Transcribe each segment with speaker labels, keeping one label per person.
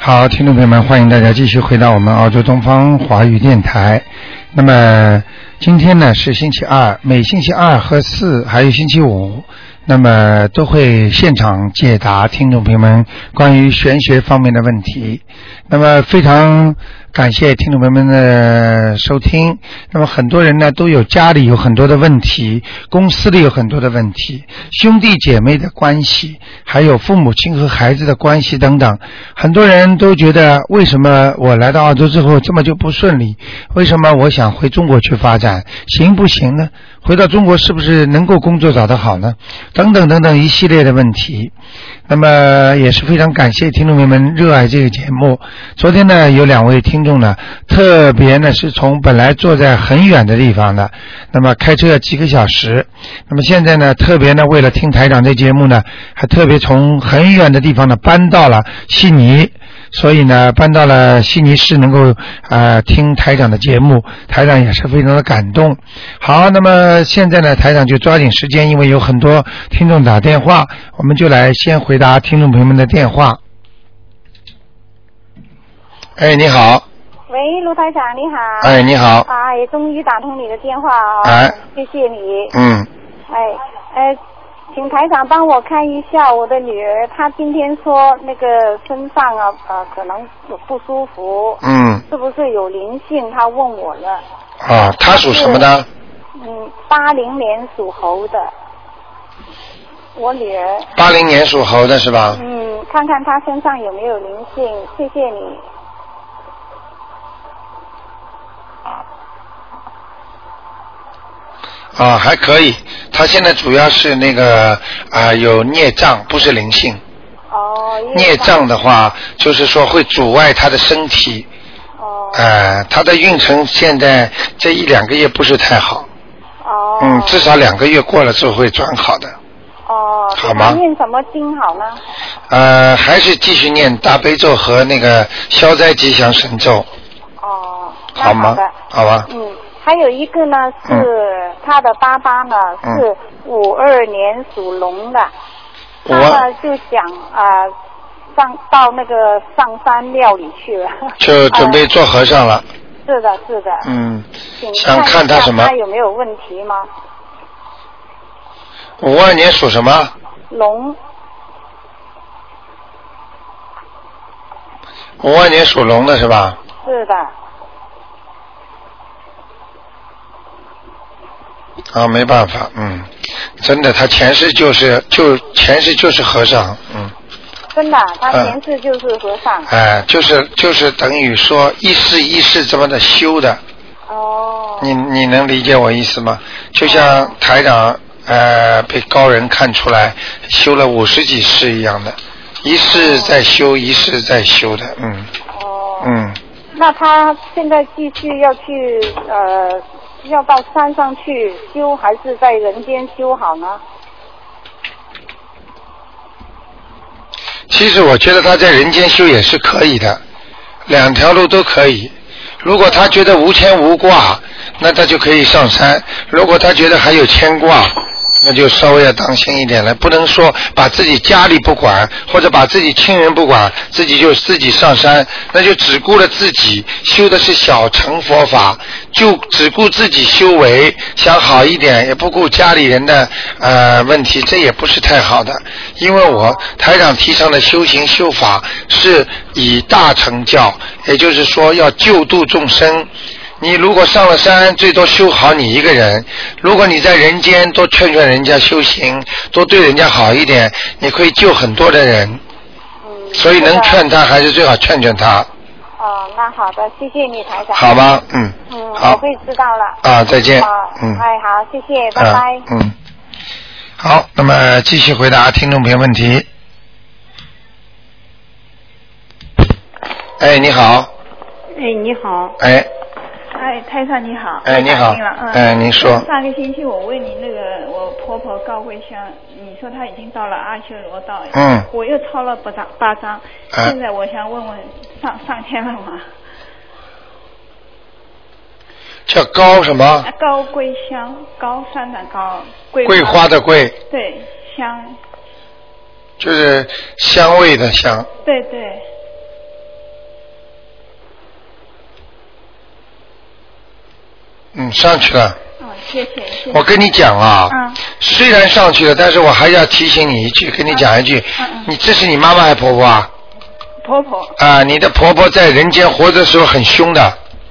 Speaker 1: 好，听众朋友们，欢迎大家继续回到我们澳洲东方华语电台。那么今天呢是星期二，每星期二和四还有星期五，那么都会现场解答听众朋友们关于玄学方面的问题。那么非常感谢听众朋友们的收听。那么很多人呢都有家里有很多的问题，公司里有很多的问题，兄弟姐妹的关系，还有父母亲和孩子的关系等等。很多人都觉得为什么我来到澳洲之后这么就不顺利？为什么我想回中国去发展行不行呢？回到中国是不是能够工作找得好呢？等等等等一系列的问题。那么也是非常感谢听众朋友们热爱这个节目。昨天呢，有两位听众呢，特别呢是从本来坐在很远的地方的，那么开车要几个小时，那么现在呢，特别呢为了听台长这节目呢，还特别从很远的地方呢搬到了悉尼。所以呢，搬到了悉尼市，能够呃听台长的节目，台长也是非常的感动。好，那么现在呢，台长就抓紧时间，因为有很多听众打电话，我们就来先回答听众朋友们的电话。哎，你好，
Speaker 2: 喂，卢台长，你好。
Speaker 1: 哎，你好，
Speaker 2: 哎，终于打通你的电话啊、
Speaker 1: 哎
Speaker 2: 谢谢你。
Speaker 1: 嗯，
Speaker 2: 哎，呃，请台长帮我看一下我的女儿，她今天说那个身上啊，呃，可能有不舒服，
Speaker 1: 嗯，
Speaker 2: 是不是有灵性？她问我了。
Speaker 1: 啊，他属什么呢？
Speaker 2: 嗯，八零年属猴的，我女儿。
Speaker 1: 八零年属猴的是吧？
Speaker 2: 嗯，看看她身上有没有灵性，谢谢你。
Speaker 1: 啊，还可以，他现在主要是那个啊、有孽障，不是灵性。
Speaker 2: 哦，因为
Speaker 1: 孽
Speaker 2: 她。
Speaker 1: 障的话，就是说会阻碍他的身体，
Speaker 2: 哦。
Speaker 1: 呃，他的运程现在这一两个月不是太好，
Speaker 2: 哦。
Speaker 1: 嗯，至少两个月过了之后会转好的，
Speaker 2: 哦，
Speaker 1: 好吗
Speaker 2: 给他念什么经好呢？
Speaker 1: 呃，还是继续念大悲咒和那个消灾吉祥神咒，
Speaker 2: 哦，那
Speaker 1: 好吗
Speaker 2: 的，？
Speaker 1: 好吧，
Speaker 2: 嗯，还有一个呢是他的爸爸呢
Speaker 1: 嗯
Speaker 2: 是五二年属龙的，
Speaker 1: 我
Speaker 2: 他呢就想啊、呃上到那个上山庙里去了。
Speaker 1: 就准备
Speaker 2: 呃
Speaker 1: 做和尚了，
Speaker 2: 是的，是的。
Speaker 1: 嗯，
Speaker 2: 请
Speaker 1: 想看
Speaker 2: 看一下
Speaker 1: 他什么
Speaker 2: 有没有问题吗？
Speaker 1: 五二年属什么？
Speaker 2: 龙
Speaker 1: 五二年属龙的是吧？
Speaker 2: 是的，
Speaker 1: 啊，没办法，嗯，真的，他前世就是就前世就是和尚，嗯。
Speaker 2: 真的，他
Speaker 1: 嗯
Speaker 2: 前世就是和尚。
Speaker 1: 哎，就是就是等于说一世一世这么的修的，
Speaker 2: 哦。
Speaker 1: 你你能理解我意思吗？就像台长呃被高人看出来修了五十几世一样的，一世在修，一世在修的，嗯
Speaker 2: 哦。
Speaker 1: 嗯，
Speaker 2: 那他现在继续要去呃，要到山上去修，还是在人间修好呢？
Speaker 1: 其实我觉得他在人间修也是可以的，两条路都可以。如果他觉得无牵无挂，那他就可以上山；如果他觉得还有牵挂，那就稍微要当心一点了，不能说把自己家里不管，或者把自己亲人不管，自己就自己上山，那就只顾了自己，修的是小乘佛法，就只顾自己修为，想好一点，也不顾家里人的呃问题，这也不是太好的。因为我台长提倡的修行修法是以大成教，也就是说要救度众生。你如果上了山，最多修好你一个人；如果你在人间，多劝劝人家修行，多对人家好一点，你可以救很多的人。
Speaker 2: 嗯，
Speaker 1: 所以能
Speaker 2: 劝
Speaker 1: 劝他，还是最好劝劝他，
Speaker 2: 哦，那好的，谢谢你台长。
Speaker 1: 好吗？嗯，
Speaker 2: 嗯，我
Speaker 1: 好
Speaker 2: 会知道了。
Speaker 1: 啊，再见
Speaker 2: 好，，
Speaker 1: 嗯，
Speaker 2: 哎，好，谢谢，拜拜。
Speaker 1: 啊嗯，好，那么继续回答听众朋友问题。哎，你好，
Speaker 3: 哎，你好，
Speaker 1: 哎
Speaker 3: 哎，泰山你好，
Speaker 1: 哎，你好
Speaker 3: 打听了，嗯，
Speaker 1: 哎，您说，
Speaker 3: 上个星期我问你那个我婆婆高慧香，你说她已经到了阿修罗道，
Speaker 1: 嗯
Speaker 3: 我又抄了八张八张，
Speaker 1: 哎
Speaker 3: 现在我想问问上上天了吗？
Speaker 1: 叫高什么？
Speaker 3: 啊高桂香，高山的高，桂
Speaker 1: 桂花的桂，
Speaker 3: 对香，
Speaker 1: 就是香味的香。
Speaker 3: 对对，
Speaker 1: 嗯，上去了。
Speaker 3: 哦，谢谢谢谢。
Speaker 1: 我跟你讲啊，
Speaker 3: 嗯
Speaker 1: 虽然上去了，但是我还要提醒你一句，跟你讲一句，
Speaker 3: 嗯嗯
Speaker 1: 你这是你妈妈还婆婆啊？
Speaker 3: 婆婆
Speaker 1: 啊，你的婆婆在人间活着的时候很凶的，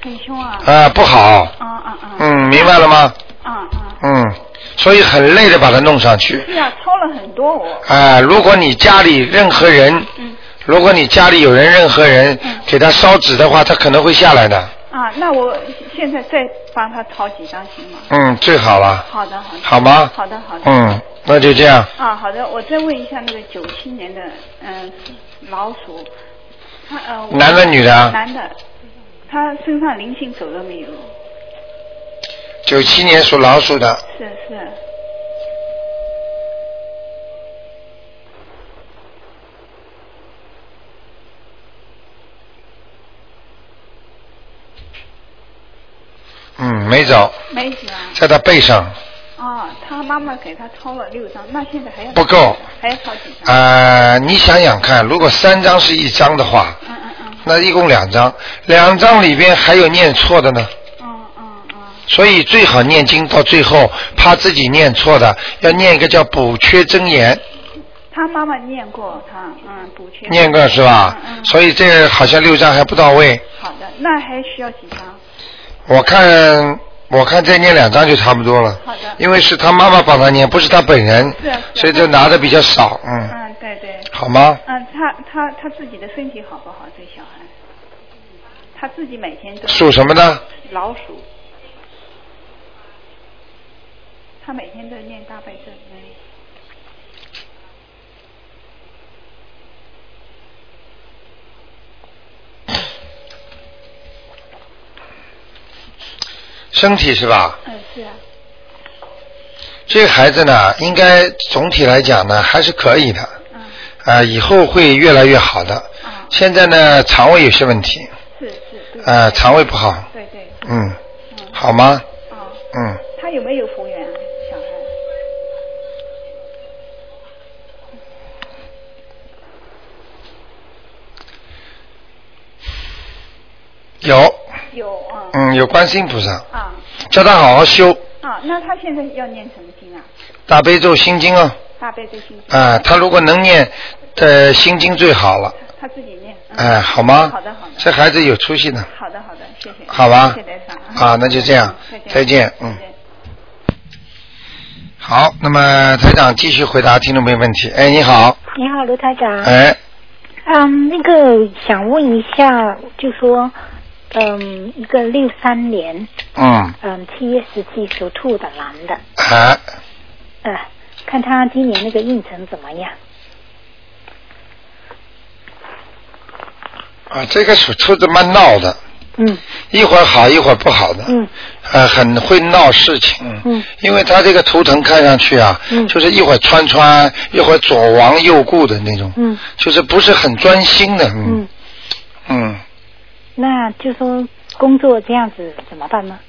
Speaker 3: 很凶啊。
Speaker 1: 啊，不好，
Speaker 3: 啊啊啊。
Speaker 1: 嗯，明白了吗？
Speaker 3: 啊啊。
Speaker 1: 嗯，所以很累的把它弄上去。
Speaker 3: 是啊，超了很多我。
Speaker 1: 啊，如果你家里任何人，
Speaker 3: 嗯
Speaker 1: 如果你家里有人任何人
Speaker 3: 嗯
Speaker 1: 给他烧纸的话，他可能会下来的。
Speaker 3: 啊，那我现在再帮他抄几张行吗？
Speaker 1: 嗯，最好了，
Speaker 3: 好的好的。
Speaker 1: 好吗？
Speaker 3: 好的好的。
Speaker 1: 嗯，那就这样。
Speaker 3: 啊，好的，我再问一下那个九七年的嗯、老鼠，他呃我
Speaker 1: 男的女的啊
Speaker 3: 男的，他身上灵性走了没有？
Speaker 1: 九七年属老鼠的，
Speaker 3: 是是，
Speaker 1: 嗯，没走，
Speaker 3: 没几啊。
Speaker 1: 在他背上，
Speaker 3: 啊，他妈妈给他抄了六张，那现在还要
Speaker 1: 不够，
Speaker 3: 还要抄几张？
Speaker 1: 啊，你想想看，如果三张是一张的话，
Speaker 3: 嗯嗯嗯
Speaker 1: 那一共两张，两张里边还有念错的呢，
Speaker 3: 嗯嗯嗯，
Speaker 1: 所以最好念经到最后，怕自己念错的，要念一个叫补缺真言，
Speaker 3: 他妈妈念过他，嗯，补缺。
Speaker 1: 念过是吧
Speaker 3: 嗯？嗯。
Speaker 1: 所以这好像六张还不到位，
Speaker 3: 好的，那还需要几张？
Speaker 1: 我看我看再念两张就差不多了，
Speaker 3: 好的。
Speaker 1: 因为是他妈妈帮他念，不是他本人
Speaker 3: 是啊，是啊
Speaker 1: 所以就拿的比较少，嗯，
Speaker 3: 嗯，对对。
Speaker 1: 好吗？
Speaker 3: 嗯，他他他自己的身体好不好？这小孩，他自己每天都
Speaker 1: 属什么呢？
Speaker 3: 老鼠，他每天都念大悲咒。嗯
Speaker 1: 身体是吧？
Speaker 3: 嗯，是啊。
Speaker 1: 这个孩子呢，应该总体来讲呢还是可以的，啊、
Speaker 3: 嗯
Speaker 1: 以后会越来越好的。
Speaker 3: 啊，
Speaker 1: 现在呢，肠胃有些问题，
Speaker 3: 是是对。
Speaker 1: 啊、肠胃不好，
Speaker 3: 对对，
Speaker 1: 嗯，
Speaker 3: 嗯
Speaker 1: 好吗？
Speaker 3: 啊，
Speaker 1: 嗯，
Speaker 3: 他有没有佛缘啊？小孩？
Speaker 1: 有，
Speaker 3: 有啊。
Speaker 1: 嗯，有观世音菩萨，
Speaker 3: 啊
Speaker 1: 叫他好好修
Speaker 3: 啊，那他现在要念什么经啊？
Speaker 1: 大悲咒、心经哦，
Speaker 3: 大悲咒心经。
Speaker 1: 啊、他如果能念呃心经最好了，
Speaker 3: 他自己念。嗯
Speaker 1: 哎、好吗？
Speaker 3: 好的好的。
Speaker 1: 这孩子有出息呢。
Speaker 3: 好的好的，谢谢。
Speaker 1: 好吧
Speaker 3: 谢谢台长。
Speaker 1: 啊那就这样
Speaker 3: 再见。
Speaker 1: 再见嗯
Speaker 3: 再见
Speaker 1: 好，那么台长继续回答听众朋友问题。哎，你好，
Speaker 4: 你好，卢台长。
Speaker 1: 哎，
Speaker 4: 嗯，那个想问一下，就说，嗯，一个六三年，
Speaker 1: 嗯，
Speaker 4: 嗯，七月十七属兔的男的，
Speaker 1: 哎，
Speaker 4: 呃，看他今年那个运程怎么样？
Speaker 1: 啊，这个属兔子蛮闹的，
Speaker 4: 嗯
Speaker 1: 一会儿好一会儿不好的，
Speaker 4: 嗯
Speaker 1: 呃，很会闹事情，
Speaker 4: 嗯，
Speaker 1: 因为他这个图腾看上去啊，
Speaker 4: 嗯
Speaker 1: 就是一会儿穿穿，一会儿左王右顾的那种，
Speaker 4: 嗯
Speaker 1: 就是不是很专心的，嗯
Speaker 4: 嗯，
Speaker 1: 嗯，
Speaker 4: 那就说工作这样子怎么办呢？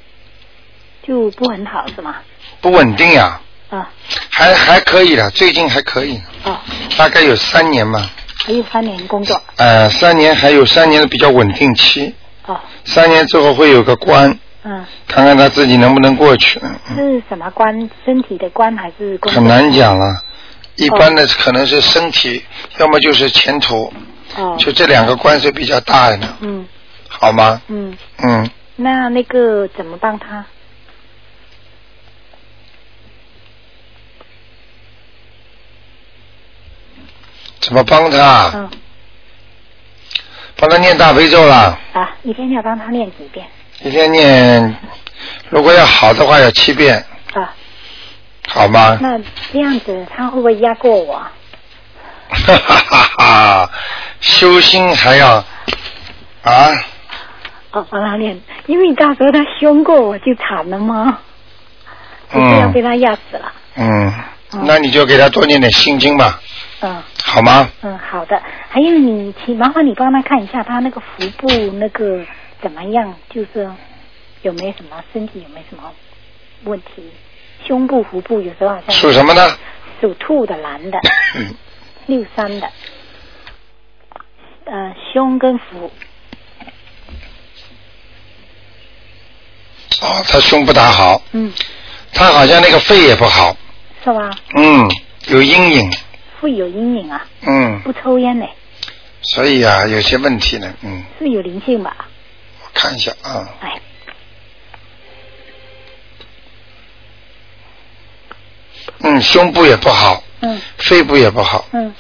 Speaker 4: 就不很好是吗？
Speaker 1: 不稳定呀、
Speaker 4: 啊
Speaker 1: 还还可以了，最近还可以，
Speaker 4: 哦，
Speaker 1: 大概有三年吧，
Speaker 4: 还有三年工作
Speaker 1: 呃，三年还有三年的比较稳定期，
Speaker 4: 哦，
Speaker 1: 三年之后会有个关，
Speaker 4: 嗯，
Speaker 1: 看看他自己能不能过去，嗯
Speaker 4: 是什么关？身体的关还是工作？
Speaker 1: 很难讲了。一般的可能是身体，要么就是前途，
Speaker 4: 哦，
Speaker 1: 就这两个关系比较大的，
Speaker 4: 嗯
Speaker 1: 好吗？
Speaker 4: 嗯，
Speaker 1: 嗯，
Speaker 4: 那那个怎么帮他？
Speaker 1: 怎么帮他？啊
Speaker 4: 嗯
Speaker 1: 帮他念大悲咒啦，
Speaker 4: 啊，一天要帮他念几遍
Speaker 1: 一天念，如果要好的话要七遍，
Speaker 4: 啊？
Speaker 1: 好吗？
Speaker 4: 那这样子他会不会压过我啊？
Speaker 1: 哈哈哈哈， 修心还要啊？
Speaker 4: 哦，帮他念，因为到时候他凶过我就惨了吗？就这样被
Speaker 1: 嗯
Speaker 4: 他压死了。
Speaker 1: 嗯，
Speaker 4: 嗯
Speaker 1: 那你就给他多念点心经吧，
Speaker 4: 嗯
Speaker 1: 好吗？
Speaker 4: 嗯，好的。还有你，请麻烦你帮他看一下他那个腹部那个怎么样，就是有没有什么身体有没有什么问题？胸部、腹部有时候好像
Speaker 1: 属什 么呢？
Speaker 4: 属兔的男的，
Speaker 1: 嗯
Speaker 4: 六三的，呃，胸跟腹
Speaker 1: 好，哦他胸不大好，
Speaker 4: 嗯，
Speaker 1: 他好像那个肺也不好，
Speaker 4: 是吧？
Speaker 1: 嗯，有阴影，
Speaker 4: 会有阴影啊，
Speaker 1: 嗯，
Speaker 4: 不抽烟呢，
Speaker 1: 所以啊，有些问题呢，嗯，
Speaker 4: 是有灵性吧？
Speaker 1: 我看一下啊，
Speaker 4: 哎，
Speaker 1: 嗯，胸部也不好，
Speaker 4: 嗯
Speaker 1: 肺部也不好，
Speaker 4: 嗯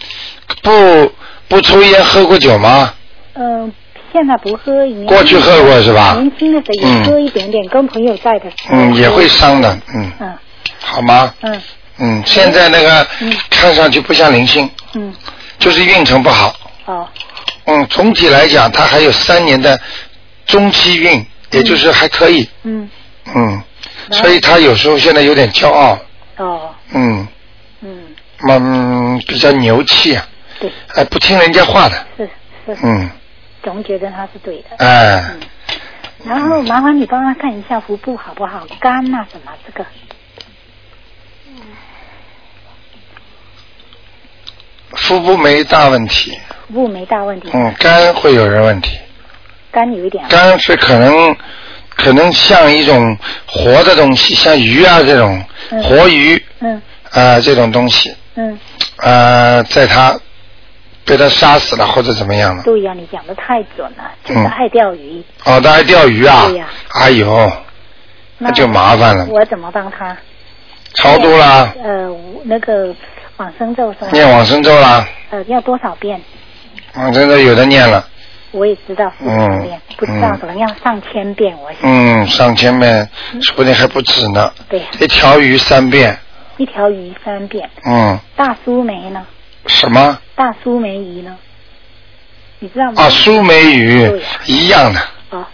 Speaker 1: 不不抽烟喝过酒吗？
Speaker 4: 嗯、呃现在不喝，以前
Speaker 1: 过去喝过是吧
Speaker 4: 年轻的时候也喝一点点，跟朋友在的时候。
Speaker 1: 嗯，也会伤的，嗯，
Speaker 4: 嗯
Speaker 1: 好吗？
Speaker 4: 嗯
Speaker 1: 嗯，现在那个
Speaker 4: 嗯
Speaker 1: 看上去不像灵性，
Speaker 4: 嗯，哦
Speaker 1: 就是运程不好。
Speaker 4: 好，
Speaker 1: 嗯，总体来讲，它还有三年的中期运，也就是还可以。
Speaker 4: 嗯
Speaker 1: 嗯，
Speaker 4: 然后
Speaker 1: 所以他有时候现在有点骄傲，
Speaker 4: 哦
Speaker 1: 嗯，
Speaker 4: 嗯
Speaker 1: 嗯，比较牛气啊，
Speaker 4: 对
Speaker 1: 哎，不听人家话的，
Speaker 4: 是是，
Speaker 1: 嗯，
Speaker 4: 总觉得他是对的。
Speaker 1: 哎，
Speaker 4: 然后麻烦你帮他看一下腹部好不好，肝呐、什么这个，
Speaker 1: 腹部没大问题，
Speaker 4: 腹部没大问题，
Speaker 1: 嗯，肝会有人问题，
Speaker 4: 肝有一点啊，
Speaker 1: 肝是可能可能像一种活的东西，像鱼啊这种
Speaker 4: 嗯
Speaker 1: 活鱼
Speaker 4: 嗯
Speaker 1: 啊、这种东西，
Speaker 4: 嗯，
Speaker 1: 呃，在他被他杀死了或者怎么样了。
Speaker 4: 杜阳你讲的太准了，就是
Speaker 1: 嗯
Speaker 4: 爱钓鱼，
Speaker 1: 哦，他还钓鱼啊？
Speaker 4: 对呀
Speaker 1: 哎呦，那就麻烦了，
Speaker 4: 我怎么帮他？
Speaker 1: 超度啦，
Speaker 4: 呃，那个往生咒是吧？
Speaker 1: 念往生咒啦，
Speaker 4: 呃，要多少遍？
Speaker 1: 往生咒有的念了，
Speaker 4: 我也知道四
Speaker 1: 嗯
Speaker 4: 千遍，不知道
Speaker 1: 嗯
Speaker 4: 怎么样上千遍，我想。
Speaker 1: 嗯，上千遍，说不定还不止呢。
Speaker 4: 嗯对，
Speaker 1: 一条鱼三遍，
Speaker 4: 一条鱼三遍，
Speaker 1: 嗯，
Speaker 4: 大苏梅呢？
Speaker 1: 什么
Speaker 4: 大苏梅鱼呢？你知道吗？
Speaker 1: 啊？苏梅鱼
Speaker 4: 对呀啊
Speaker 1: 一样的，
Speaker 4: 哦，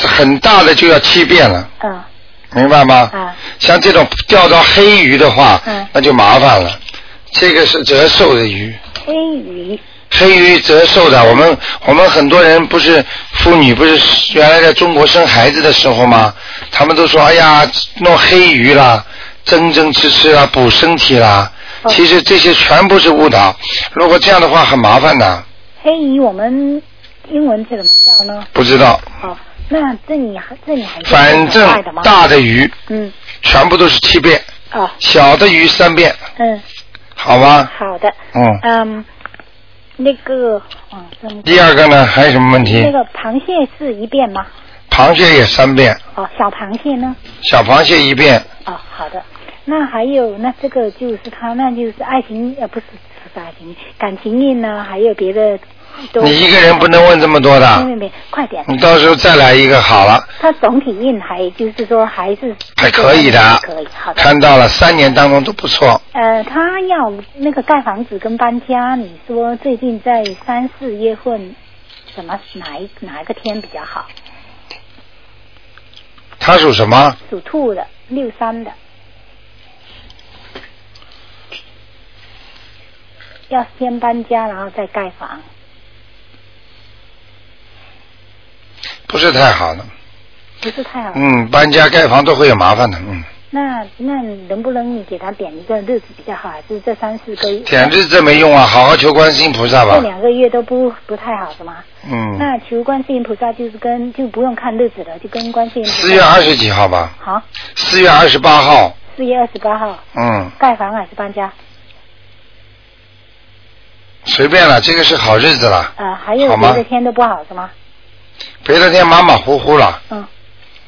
Speaker 1: 很大的就要七遍了，
Speaker 4: 嗯
Speaker 1: 明白吗？
Speaker 4: 啊，
Speaker 1: 像这种钓到黑鱼的话
Speaker 4: 嗯，
Speaker 1: 那就麻烦了。这个是折寿的鱼，
Speaker 4: 黑鱼，
Speaker 1: 黑鱼折寿
Speaker 4: 嗯
Speaker 1: 的，我们我们很多人不是妇女不是原来在中国生孩子的时候嘛，他们都说哎呀弄黑鱼啦，蒸蒸吃吃啦，补身体啦。
Speaker 4: 哦
Speaker 1: 其实这些全部是误导，如果这样的话很麻烦的，
Speaker 4: 黑鱼我们英文怎么叫呢？
Speaker 1: 不知道。
Speaker 4: 哦，那这里还哎这里还是
Speaker 1: 反
Speaker 4: 很
Speaker 1: 正
Speaker 4: 快的吗？
Speaker 1: 大的鱼
Speaker 4: 嗯
Speaker 1: 全部都是七遍，
Speaker 4: 哦
Speaker 1: 小的鱼三遍，
Speaker 4: 嗯
Speaker 1: 好吗？
Speaker 4: 好的
Speaker 1: 嗯。
Speaker 4: 嗯那个嗯嗯
Speaker 1: 第二个呢，还有什么问题
Speaker 4: 那？个螃蟹是一遍吗？
Speaker 1: 螃蟹也三遍，
Speaker 4: 哦小螃蟹呢？
Speaker 1: 小螃蟹一遍，
Speaker 4: 哦，好的。那还有，那这个就是他，那就是爱情，呃，不是不是爱情，感情运呢，还有别的都。
Speaker 1: 你啊嗯一个人不能问这么多
Speaker 4: 没
Speaker 1: 的，
Speaker 4: 没没，快点！
Speaker 1: 你到时候再来一个好了。
Speaker 4: 他总体运还就是说还是
Speaker 1: 还可以的，
Speaker 4: 可以好的。
Speaker 1: 看到了，三年当中都不错。
Speaker 4: 呃，他要那个盖房子跟搬家，你说最近在三四月份，怎么哪一哪一个天比较好？
Speaker 1: 他属什么？
Speaker 4: 属兔的，六三的，要先搬家，然后再盖房。
Speaker 1: 不是太好的。
Speaker 4: 不是太好。
Speaker 1: 嗯，搬家盖房都会有麻烦的。嗯，
Speaker 4: 那那能不能你给他点一个日子比较好，还是这三四个月？
Speaker 1: 点日子没用啊，好好求观世音菩萨
Speaker 4: 这
Speaker 1: 吧。
Speaker 4: 两个月都不不太好，是吗？
Speaker 1: 嗯，
Speaker 4: 那求观世音菩萨就是跟就不用看日子了，就跟观世音菩萨。
Speaker 1: 四月二十几号吧，
Speaker 4: 好，
Speaker 1: 四月二十八号。
Speaker 4: 四月二十八号
Speaker 1: 嗯，
Speaker 4: 盖房还是搬家？
Speaker 1: 随便了，这个是好日子了。
Speaker 4: 呃，还有
Speaker 1: 好
Speaker 4: 别
Speaker 1: 吗
Speaker 4: 的天都不好是吗？
Speaker 1: 别的天马马虎虎了，
Speaker 4: 嗯，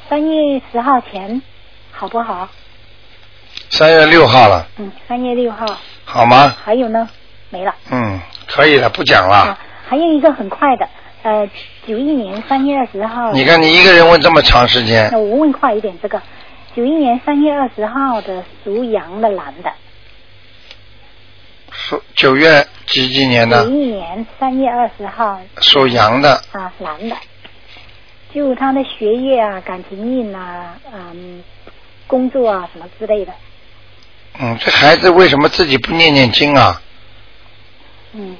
Speaker 4: 三月十号前好不好？
Speaker 1: 三月六号了，
Speaker 4: 嗯，三月六号
Speaker 1: 好吗？
Speaker 4: 还有呢？没了。啊
Speaker 1: 嗯，可以了，不讲了。，
Speaker 4: 还有一个很快的，呃，九一年三月二十号。
Speaker 1: 你看你一个人问这么长时间
Speaker 4: 那，我问快一点，这个九一年三月二十号的属羊的男的，
Speaker 1: 属九月几几年
Speaker 4: 九
Speaker 1: 的
Speaker 4: 一，年三月二十号
Speaker 1: 属羊的，
Speaker 4: 啊男的，就他的学业啊、感情运啊、嗯、工作啊什么之类的，
Speaker 1: 嗯，这孩子为什么自己不念念经啊？
Speaker 4: 嗯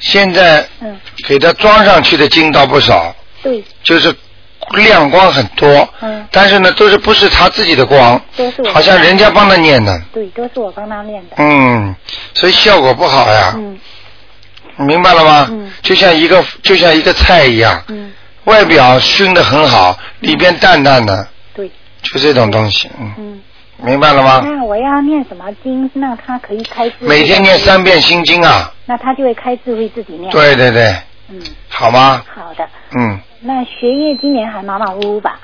Speaker 1: 现在
Speaker 4: 嗯，
Speaker 1: 给他装上去的经倒不少，
Speaker 4: 对，
Speaker 1: 就是亮光很多，
Speaker 4: 嗯，
Speaker 1: 但是呢，都是不是他自己的光，
Speaker 4: 都是我
Speaker 1: 好像人家帮他念的，
Speaker 4: 对，都是我帮他念的，
Speaker 1: 嗯，所以效果不好呀，
Speaker 4: 嗯
Speaker 1: 明白了吗？
Speaker 4: 嗯
Speaker 1: 就像一个就像一个菜一样，
Speaker 4: 嗯
Speaker 1: 外表熏得很好，里边淡淡的，就这种东西，嗯，
Speaker 4: 嗯，
Speaker 1: 明白了吗？
Speaker 4: 那我要念什么经，让他可以开智慧？
Speaker 1: 啊每天念三遍心经啊，
Speaker 4: 那他就会开智慧自己念。，
Speaker 1: 对对对，
Speaker 4: 嗯，
Speaker 1: 好吗？
Speaker 4: 好的。
Speaker 1: 嗯，
Speaker 4: 那学业今年还马马虎虎吧，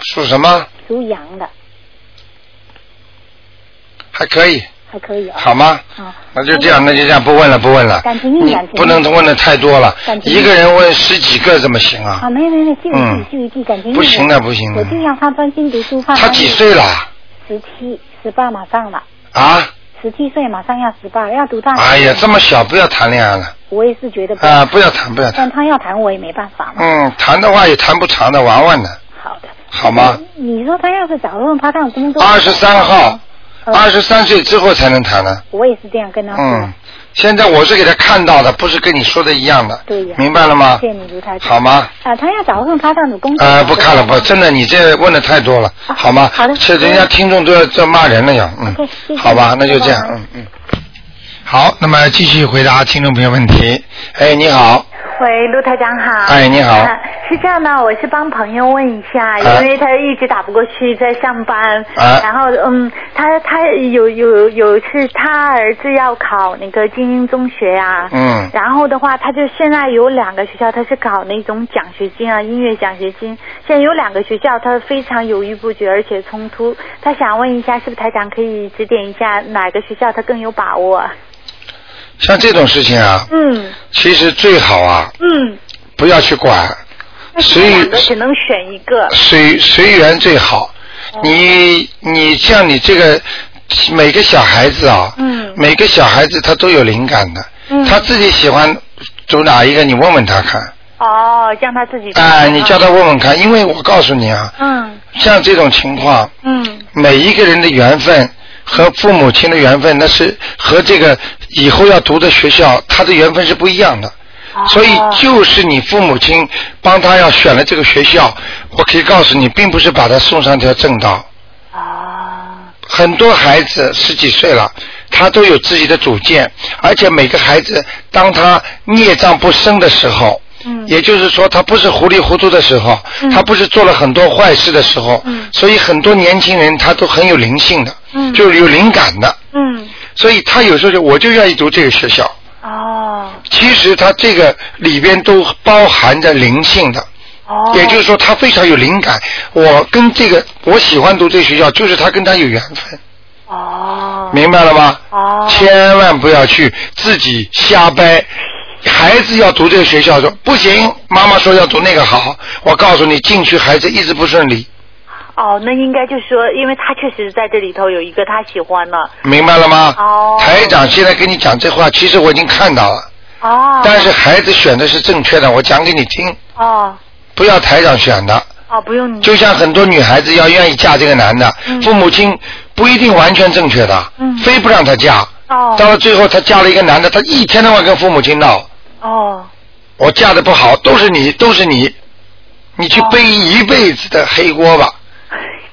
Speaker 1: 属什么？
Speaker 4: 属羊的
Speaker 1: 还可以，
Speaker 4: 还可以啊、
Speaker 1: 好吗？
Speaker 4: 啊，
Speaker 1: 那就这样，那就这样，不问了，不问了。
Speaker 4: 感情运
Speaker 1: 你
Speaker 4: 感情
Speaker 1: 不能问的太多了
Speaker 4: 感，情运
Speaker 1: 一个人问十几个怎么行啊
Speaker 4: 啊，？没有没有没有，就一
Speaker 1: 嗯
Speaker 4: 句就一句，感情运
Speaker 1: 不行的，不行
Speaker 4: 我
Speaker 1: 的。
Speaker 4: 就让他专心读书，怕
Speaker 1: 他几？岁了？
Speaker 4: 十七、十八马上了，
Speaker 1: 啊？
Speaker 4: 十七岁马上要十八，要读大学。
Speaker 1: 哎呀，这么小不要谈恋爱了
Speaker 4: 我也是觉得不，
Speaker 1: 啊！不要谈，不要谈
Speaker 4: 但。他要谈我也没办法嘛。
Speaker 1: 嗯，谈的话也谈不长的，玩玩的，
Speaker 4: 好的，
Speaker 1: 好吗？
Speaker 4: 你说他要是找份他干工作，
Speaker 1: 二十三号，
Speaker 4: 嗯
Speaker 1: 二十三岁之后才能谈呢。
Speaker 4: 我也是这样跟他说。
Speaker 1: 嗯，现在我是给他看到的，不是跟你说的一样的。
Speaker 4: 对呀
Speaker 1: 明白了吗
Speaker 4: 谢？谢你卢台长。
Speaker 1: 好吗？
Speaker 4: 啊，他要找份他干的工作。
Speaker 1: 呃，不看了，不，真的，你这问的太多了，
Speaker 4: 嗯啊
Speaker 1: 好吗？
Speaker 4: 好的
Speaker 1: 这人家听众都要这骂人了呀，嗯
Speaker 4: OK，谢谢
Speaker 1: 好吧，那就这样
Speaker 4: 拜，拜
Speaker 1: 嗯嗯。好，那么继续回答听众朋友问题。哎，你好，
Speaker 5: 喂，卢台长好。
Speaker 1: 哎你好
Speaker 5: 啊是这样的，我是帮朋友问一下，
Speaker 1: 啊
Speaker 5: 因为他一直打不过去，在上班。
Speaker 1: 啊
Speaker 5: 然后嗯，他他有有有是他儿子要考那个精英中学啊。
Speaker 1: 嗯
Speaker 5: 然后的话，他就现在有两个学校，他是搞那种奖学金啊，音乐奖学金。现在有两个学校，他非常犹豫不决，而且冲突。他想问一下，是不是台长可以指点一下哪个学校他更有把握？
Speaker 1: 像这种事情啊，
Speaker 5: 嗯
Speaker 1: 其实最好啊，
Speaker 5: 嗯，
Speaker 1: 不要去管，
Speaker 5: 那是
Speaker 1: 随
Speaker 5: 两个只能选一个。
Speaker 1: 随随缘最好。
Speaker 5: 哦
Speaker 1: 你你像你这个每个小孩子啊，
Speaker 5: 嗯
Speaker 1: 每个小孩子他都有灵感的，
Speaker 5: 嗯
Speaker 1: 他自己喜欢走哪一个，你问问他看。
Speaker 5: 哦，让他自己去
Speaker 1: 哎，你叫
Speaker 5: 他。
Speaker 1: 他问问看，因为我告诉你啊，
Speaker 5: 嗯
Speaker 1: 像这种情况，
Speaker 5: 嗯
Speaker 1: 每一个人的缘分和父母亲的缘分，那是和这个以后要读的学校，他的缘分是不一样的。
Speaker 5: 啊
Speaker 1: 所以就是你父母亲帮他要选了这个学校，我可以告诉你，并不是把他送上条正道。
Speaker 5: 啊
Speaker 1: 很多孩子十几岁了，他都有自己的主见，而且每个孩子当他孽障不深的时候，
Speaker 5: 嗯
Speaker 1: 也就是说他不是糊里糊涂的时候，
Speaker 5: 嗯
Speaker 1: 他不是做了很多坏事的时候，
Speaker 5: 嗯
Speaker 1: 所以很多年轻人他都很有灵性的，
Speaker 5: 嗯
Speaker 1: 就是有灵感的，
Speaker 5: 嗯
Speaker 1: 所以他有时候就我就愿意读这个学校，
Speaker 5: 哦
Speaker 1: 其实他这个里边都包含着灵性的，
Speaker 5: 哦，
Speaker 1: 也就是说他非常有灵感。我跟这个我喜欢读这个学校，就是他跟他有缘分。
Speaker 5: 哦
Speaker 1: 明白了吗？
Speaker 5: 哦
Speaker 1: 千万不要去自己瞎掰。孩子要读这个学校说不行，妈妈说要读那个好。我告诉你，进去孩子一直不顺利，
Speaker 5: 哦，那应该就是说，因为他确实在这里头有一个他喜欢的
Speaker 1: 明白了吗？
Speaker 5: 哦
Speaker 1: 台长现在跟你讲这话，其实我已经看到了，
Speaker 5: 哦，
Speaker 1: 但是孩子选的是正确的，我讲给你听，
Speaker 5: 哦
Speaker 1: 不要台长选的。
Speaker 5: 哦不用你
Speaker 1: 就像很多女孩子要愿意嫁这个男的，
Speaker 5: 嗯
Speaker 1: 父母亲不一定完全正确的，
Speaker 5: 嗯
Speaker 1: 非不让她嫁。
Speaker 5: 哦
Speaker 1: 到了最后，她嫁了一个男的，她一天到晚跟父母亲闹。
Speaker 5: 哦
Speaker 1: 我嫁的不好，都是你，都是你，你去
Speaker 5: 哦
Speaker 1: 背一辈子的黑锅吧，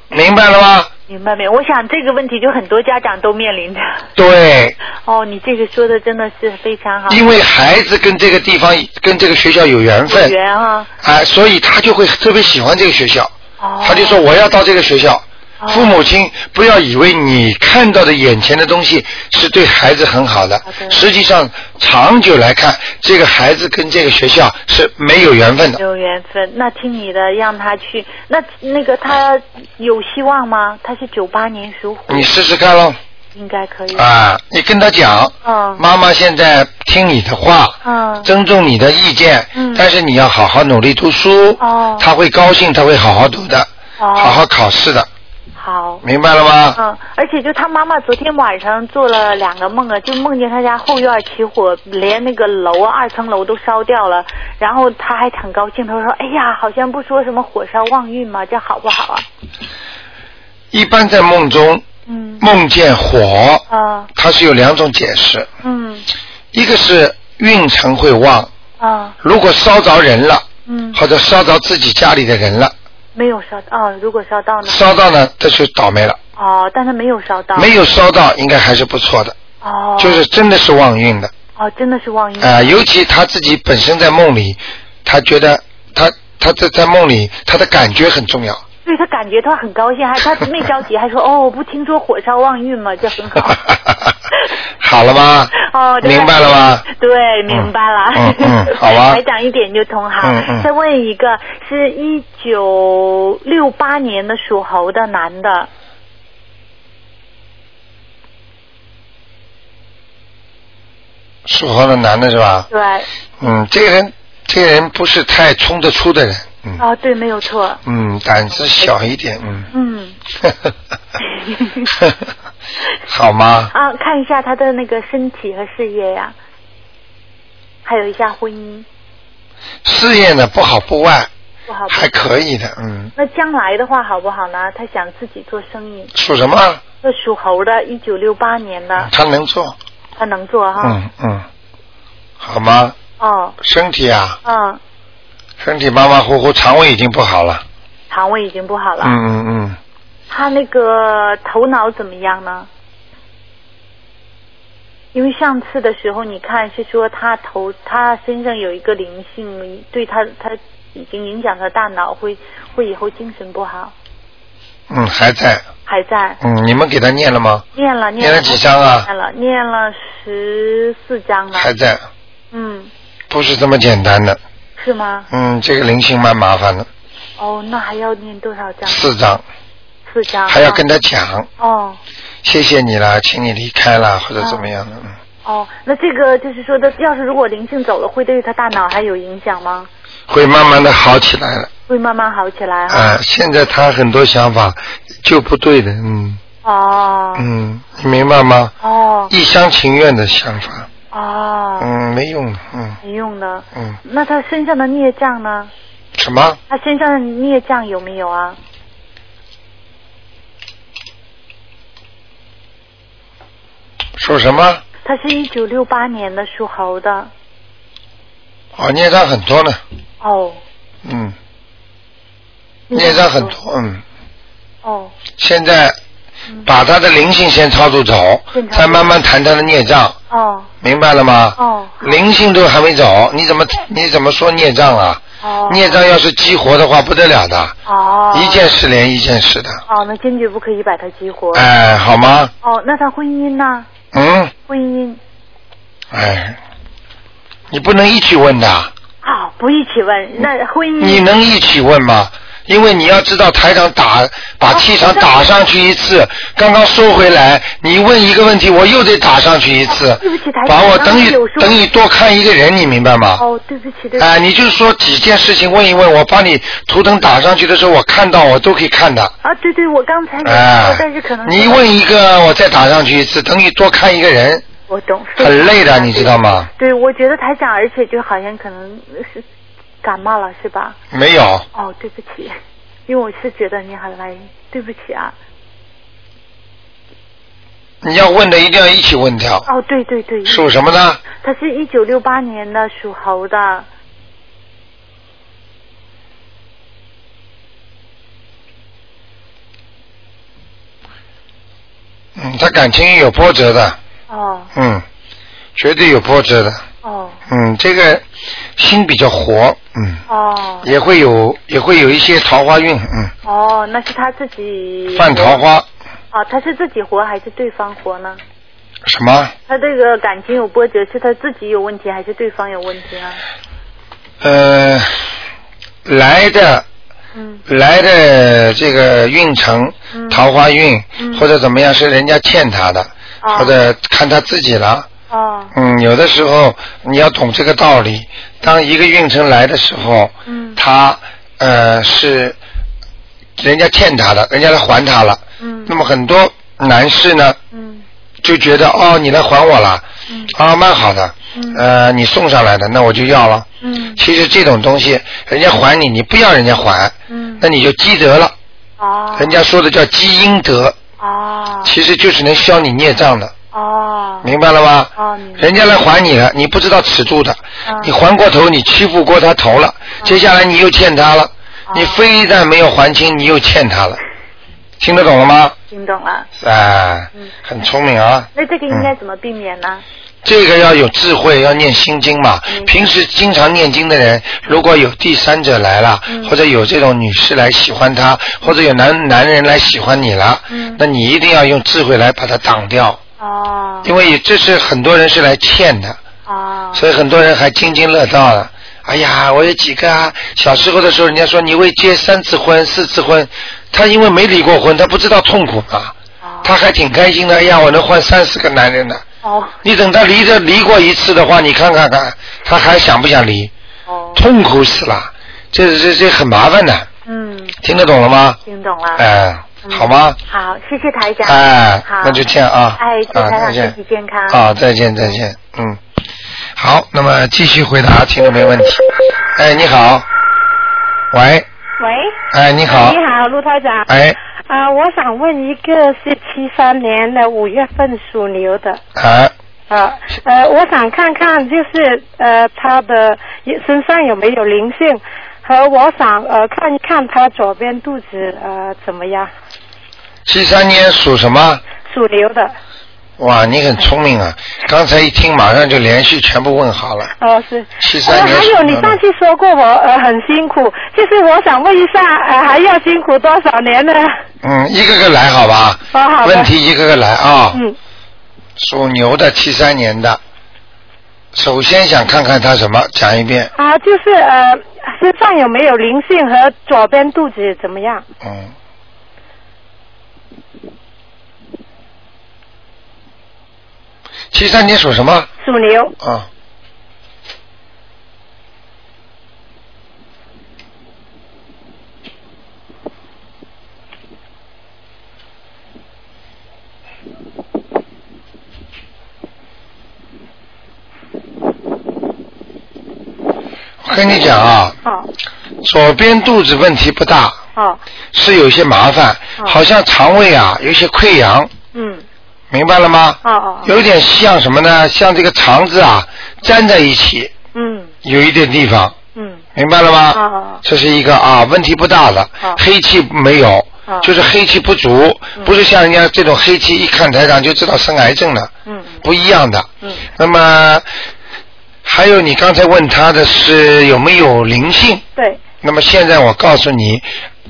Speaker 1: 明白了吗？
Speaker 5: 明白没有？我想这个问题就很多家长都面 临着。
Speaker 1: 对，
Speaker 5: 哦，你这个说的真的是非常好，
Speaker 1: 因为孩子跟这个地方、跟这个学校有缘
Speaker 5: 有
Speaker 1: 分，
Speaker 5: 缘啊。
Speaker 1: 哎，所以他就会特别喜欢这个学校，
Speaker 5: 哦，
Speaker 1: 他就说我要到这个学校。
Speaker 5: 哦
Speaker 1: 父母亲不要以为你看到的眼前的东西是对孩子很好的
Speaker 5: 好，的
Speaker 1: 实际上长久来看，这个孩子跟这个学校是没有缘分的。
Speaker 5: 有缘分，那听你的，让他去。那那个他有希望吗？他是九八年属虎，
Speaker 1: 你试试看喽，
Speaker 5: 应该可以。
Speaker 1: 啊，你跟他讲，
Speaker 5: 嗯
Speaker 1: 妈妈现在听你的话，
Speaker 5: 嗯
Speaker 1: 尊重你的意见，
Speaker 5: 嗯
Speaker 1: 但是你要好好努力读书，
Speaker 5: 哦
Speaker 1: 他会高兴，他会好好读的，
Speaker 5: 哦
Speaker 1: 好好考试的，
Speaker 5: 好。
Speaker 1: 明白了吗？
Speaker 5: 嗯，而且就他妈妈昨天晚上做了两个梦啊，就梦见他家后院起火，连那个楼啊二层楼都烧掉了，然后他还很高兴，他说：“哎呀，好像不说什么火烧旺运嘛，这好不好啊
Speaker 1: 一般在梦中？”
Speaker 5: 嗯，
Speaker 1: 梦见火，
Speaker 5: 啊，
Speaker 1: 它是有两种解释，
Speaker 5: 嗯，
Speaker 1: 一个是运程会旺，
Speaker 5: 啊，
Speaker 1: 如果烧着人了，
Speaker 5: 嗯，
Speaker 1: 或者烧着自己家里的人了，
Speaker 5: 没有烧到啊，如果烧到呢？
Speaker 1: 烧到呢，这就倒霉了。
Speaker 5: 哦，但他没有烧到，
Speaker 1: 没有烧到，应该还是不错的，
Speaker 5: 哦，
Speaker 1: 就是真的是旺运的。呃
Speaker 5: 哦，真的是旺运
Speaker 1: 啊、尤其他自己本身在梦里，他觉得他他在在梦里，他的感觉很重要。
Speaker 5: 对他感觉他很高兴，还他没着急，还说哦，不听说火烧旺运吗？这很好。
Speaker 1: 好了吗？
Speaker 5: 哦，对
Speaker 1: 明白了吗？
Speaker 5: 对，明白了。
Speaker 1: 嗯嗯 嗯好啊
Speaker 5: 台长一点就通哈。
Speaker 1: 嗯嗯
Speaker 5: 再问一个，是一九六八年的属猴的男的，
Speaker 1: 属猴的男的是吧？
Speaker 5: 对，
Speaker 1: 嗯，这个人，这个人不是太冲得出的人，嗯、
Speaker 5: 哦，对，没有错。
Speaker 1: 嗯，胆子小一点，嗯，
Speaker 5: 嗯，
Speaker 1: 好吗？
Speaker 5: 啊，看一下他的那个身体和事业呀、还有一下婚姻
Speaker 1: 事业呢不好不坏，
Speaker 5: 不好不好
Speaker 1: 还可以的，嗯，
Speaker 5: 那将来的话好不好呢？他想自己做生意，
Speaker 1: 属什么？
Speaker 5: 那属猴的，一九六八年的，
Speaker 1: 他能做，
Speaker 5: 他能做哈？
Speaker 1: 嗯嗯，好吗？
Speaker 5: 哦，
Speaker 1: 身体啊，
Speaker 5: 嗯，
Speaker 1: 身体马马虎虎，肠胃已经不好了，
Speaker 5: 肠胃已经不好了。
Speaker 1: 嗯嗯嗯，
Speaker 5: 他那个头脑怎么样呢？因为上次的时候，你看是说他头他身上有一个灵性，对他他已经影响他大脑，会会以后精神不好，
Speaker 1: 嗯还在，
Speaker 5: 还在
Speaker 1: 嗯，你们给他念了吗？
Speaker 5: 念了
Speaker 1: 念
Speaker 5: 了
Speaker 1: 了几张啊
Speaker 5: 念了念了十四章了，
Speaker 1: 还在，
Speaker 5: 嗯，
Speaker 1: 不是这么简单的，
Speaker 5: 是吗？
Speaker 1: 嗯，这个灵性蛮麻烦的，
Speaker 5: 哦，那还要念多少章？
Speaker 1: 四张，
Speaker 5: 四章啊。
Speaker 1: 还要跟他讲，
Speaker 5: 哦
Speaker 1: 谢谢你啦，请你离开啦，或者怎么样的，嗯
Speaker 5: 哦，那这个就是说的，要是如果灵性走了，会对他大脑还有影响吗？
Speaker 1: 会慢慢的好起来了。
Speaker 5: 会慢慢好起来哈。
Speaker 1: 啊，现在他很多想法就不对的，嗯
Speaker 5: 哦
Speaker 1: 嗯，你明白吗？
Speaker 5: 哦
Speaker 1: 一厢情愿的想法，
Speaker 5: 哦，
Speaker 1: 嗯，没用的，嗯
Speaker 5: 没用的。
Speaker 1: 嗯，
Speaker 5: 那他身上的孽障呢？
Speaker 1: 什么？
Speaker 5: 他身上的孽障有没有啊？
Speaker 1: 说什么？
Speaker 5: 他是一九六八年的属猴的。
Speaker 1: 哦，孽障很多呢，
Speaker 5: 哦，
Speaker 1: 嗯，孽障很。多，嗯，
Speaker 5: 哦，
Speaker 1: 现在把他的灵性先超度走
Speaker 5: 先，超度
Speaker 1: 再慢慢谈他的孽障，
Speaker 5: 哦，
Speaker 1: 明白了吗？
Speaker 5: 哦
Speaker 1: 灵性都还没走，你怎么你怎么说孽障啊？
Speaker 5: 哦。
Speaker 1: 孽障要是激活的话，不得了的，
Speaker 5: 哦。
Speaker 1: 一件事连一件事的，
Speaker 5: 哦，那坚决不可以把他激活。
Speaker 1: 哎，好吗？
Speaker 5: 哦，那他婚姻呢？
Speaker 1: 嗯，
Speaker 5: 婚姻
Speaker 1: 哎，你不能一起问的，
Speaker 5: 啊、不一起问。那婚姻
Speaker 1: 嗯你能一起问吗？因为你要知道，台长打
Speaker 5: 哦
Speaker 1: 把气场打上去一次，刚刚收回来，你问一个问题，我又得打上去一次
Speaker 5: 哦对不起台，长
Speaker 1: 把我
Speaker 5: 刚刚
Speaker 1: 等于
Speaker 5: 有说
Speaker 1: 等于多看一个人，你明白吗？
Speaker 5: 哦，对不起，对不
Speaker 1: 哎、
Speaker 5: 起，
Speaker 1: 你就说几件事情问一问，我帮你图腾打上去的时候，我看到我都可以看的。
Speaker 5: 啊，对对，我刚才有说，
Speaker 1: 哎、
Speaker 5: 哦但是可能
Speaker 1: 你问一个，我再打上去一次，等于多看一个人，
Speaker 5: 我懂，非常
Speaker 1: 很累的，你知道吗？
Speaker 5: 哦对，我觉得台长，而且就好像可能是感冒了，是吧？
Speaker 1: 没有，
Speaker 5: 哦，对不起，因为我是觉得你很累，对不起啊。
Speaker 1: 你要问的一定要一起问掉。
Speaker 5: 哦，对对对，
Speaker 1: 属什么呢？
Speaker 5: 他是一九六八年的，属猴的。
Speaker 1: 嗯，他感情有波折的，
Speaker 5: 哦
Speaker 1: 嗯，绝对有波折的，
Speaker 5: 哦
Speaker 1: 嗯，这个心比较活，嗯，
Speaker 5: 哦
Speaker 1: 也会有也会有一些桃花运，嗯，
Speaker 5: 哦，那是他自己
Speaker 1: 犯桃
Speaker 5: 活。
Speaker 1: 花
Speaker 5: 哦，他是自己活还是对方活呢？
Speaker 1: 什么？
Speaker 5: 他这个感情有波折，是他自己有问题还是对方有问题啊？
Speaker 1: 呃，来的
Speaker 5: 嗯
Speaker 1: 来的这个运程，
Speaker 5: 嗯
Speaker 1: 桃花运、
Speaker 5: 嗯
Speaker 1: 或者怎么样，是人家欠他的，
Speaker 5: 哦
Speaker 1: 或者看他自己了。
Speaker 5: 哦
Speaker 1: 嗯，有的时候你要懂这个道理。当一个运程来的时候，
Speaker 5: 嗯
Speaker 1: 他呃是人家欠他的，人家来还他了。
Speaker 5: 嗯
Speaker 1: 那么很多男士呢，
Speaker 5: 嗯
Speaker 1: 就觉得哦，你来还我了，
Speaker 5: 嗯
Speaker 1: 啊，蛮好的，
Speaker 5: 嗯
Speaker 1: 呃，你送上来的，那我就要了。
Speaker 5: 嗯
Speaker 1: 其实这种东西，人家还你，你不要人家还，
Speaker 5: 嗯
Speaker 1: 那你就积德了。
Speaker 5: 哦
Speaker 1: 哎人家说的叫积阴德，
Speaker 5: 哦
Speaker 1: 其实就是能消你孽障的，
Speaker 5: 哦
Speaker 1: 明白了吗？
Speaker 5: 哦，明白
Speaker 1: 人家来还你了，你不知道尺度的，
Speaker 5: 嗯
Speaker 1: 你还过头，你欺负过他头
Speaker 5: 哦
Speaker 1: 了，接下来你又欠他了，你非但没有还清，你又欠他了，听得懂了吗？
Speaker 5: 听懂了。嗯
Speaker 1: 哎，很聪明啊。
Speaker 5: 那这个应该怎么避免呢？
Speaker 1: 这个要有智慧，要念心经嘛。平时经常念经的人，如果有第三者来了，或者有这种女士来喜欢他，或者有男男人来喜欢你了，那你一定要用智慧来把它挡掉，
Speaker 5: 哦
Speaker 1: 因为这是很多人是来欠的，
Speaker 5: 哦
Speaker 1: 所以很多人还津津乐道了。哎呀，我有几个啊！小时候的时候，人家说你未结三次婚、四次婚，他因为没离过婚，他不知道痛苦啊，他还挺开心的。哎呀，我能换三四个男人呢。
Speaker 5: 哦
Speaker 1: 你等他离着离过一次的话，你看看看，他还想不想离？
Speaker 5: 哦，
Speaker 1: 痛苦死了，这这这很麻烦的，
Speaker 5: 嗯，
Speaker 1: 听得懂了吗？
Speaker 5: 听懂了。
Speaker 1: 哎、
Speaker 5: 嗯
Speaker 1: 好吗？
Speaker 5: 好，谢谢台长。
Speaker 1: 哎、
Speaker 5: 好，
Speaker 1: 那就这样啊。
Speaker 5: 哎，祝
Speaker 1: 啊，
Speaker 5: 台
Speaker 1: 再
Speaker 5: 长
Speaker 1: 见
Speaker 5: 身体。健康。
Speaker 1: 啊，再见再见，嗯。好，那么继续回答听众没问题。哎，你好，喂，
Speaker 6: 喂，
Speaker 1: 哎，你好
Speaker 6: 你，好，卢台长。
Speaker 1: 哎，
Speaker 6: 啊、我想问一个是七三年的五月份属牛的，
Speaker 1: 啊，
Speaker 6: 啊呃，我想看看就是呃他的呃身上有没有灵性，和我想呃看一看他左边肚子呃怎么样，
Speaker 1: 七三年属什么？
Speaker 6: 属牛的，
Speaker 1: 哇，你很聪明啊！刚才一听，马上就连续全部问好了。
Speaker 6: 哦、是。
Speaker 1: 73
Speaker 6: 呃，
Speaker 1: 年
Speaker 6: 还
Speaker 1: 属
Speaker 6: 有你
Speaker 1: 牛的
Speaker 6: 上次说过我呃很辛苦，就是我想问一下呃还要辛苦多少年呢？
Speaker 1: 嗯，一个个来好吧？
Speaker 6: 哦好的
Speaker 1: 问题一个个来啊。
Speaker 6: 嗯，
Speaker 1: 属牛的，七三年的。首先想看看他什么，讲一遍。
Speaker 6: 啊、就是呃身上有没有灵性和左边肚子怎么样？
Speaker 1: 嗯。七三年属什么？
Speaker 6: 属牛。
Speaker 1: 啊。我跟你讲啊，
Speaker 6: 好，
Speaker 1: 左边肚子问题不大，
Speaker 6: 好，
Speaker 1: 是有些麻烦，好像肠胃啊有些溃疡，
Speaker 6: 嗯，
Speaker 1: 明白了吗？
Speaker 6: 哦哦，
Speaker 1: 有一点像什么呢？像这个肠子啊粘在一起，
Speaker 6: 嗯
Speaker 1: 有一点地方，
Speaker 6: 嗯，
Speaker 1: 明白了
Speaker 6: 哦
Speaker 1: 吗？
Speaker 6: 哦，
Speaker 1: 这是一个啊，问题不大的
Speaker 6: 好，
Speaker 1: 黑气没有
Speaker 6: 好，
Speaker 1: 就是黑气不足，
Speaker 6: 嗯
Speaker 1: 不是像人家这种黑气一看台长就知道生癌症了，
Speaker 6: 嗯
Speaker 1: 不一样的。
Speaker 6: 嗯
Speaker 1: 那么还有你刚才问他的是有没有灵性？
Speaker 6: 对，
Speaker 1: 那么现在我告诉你，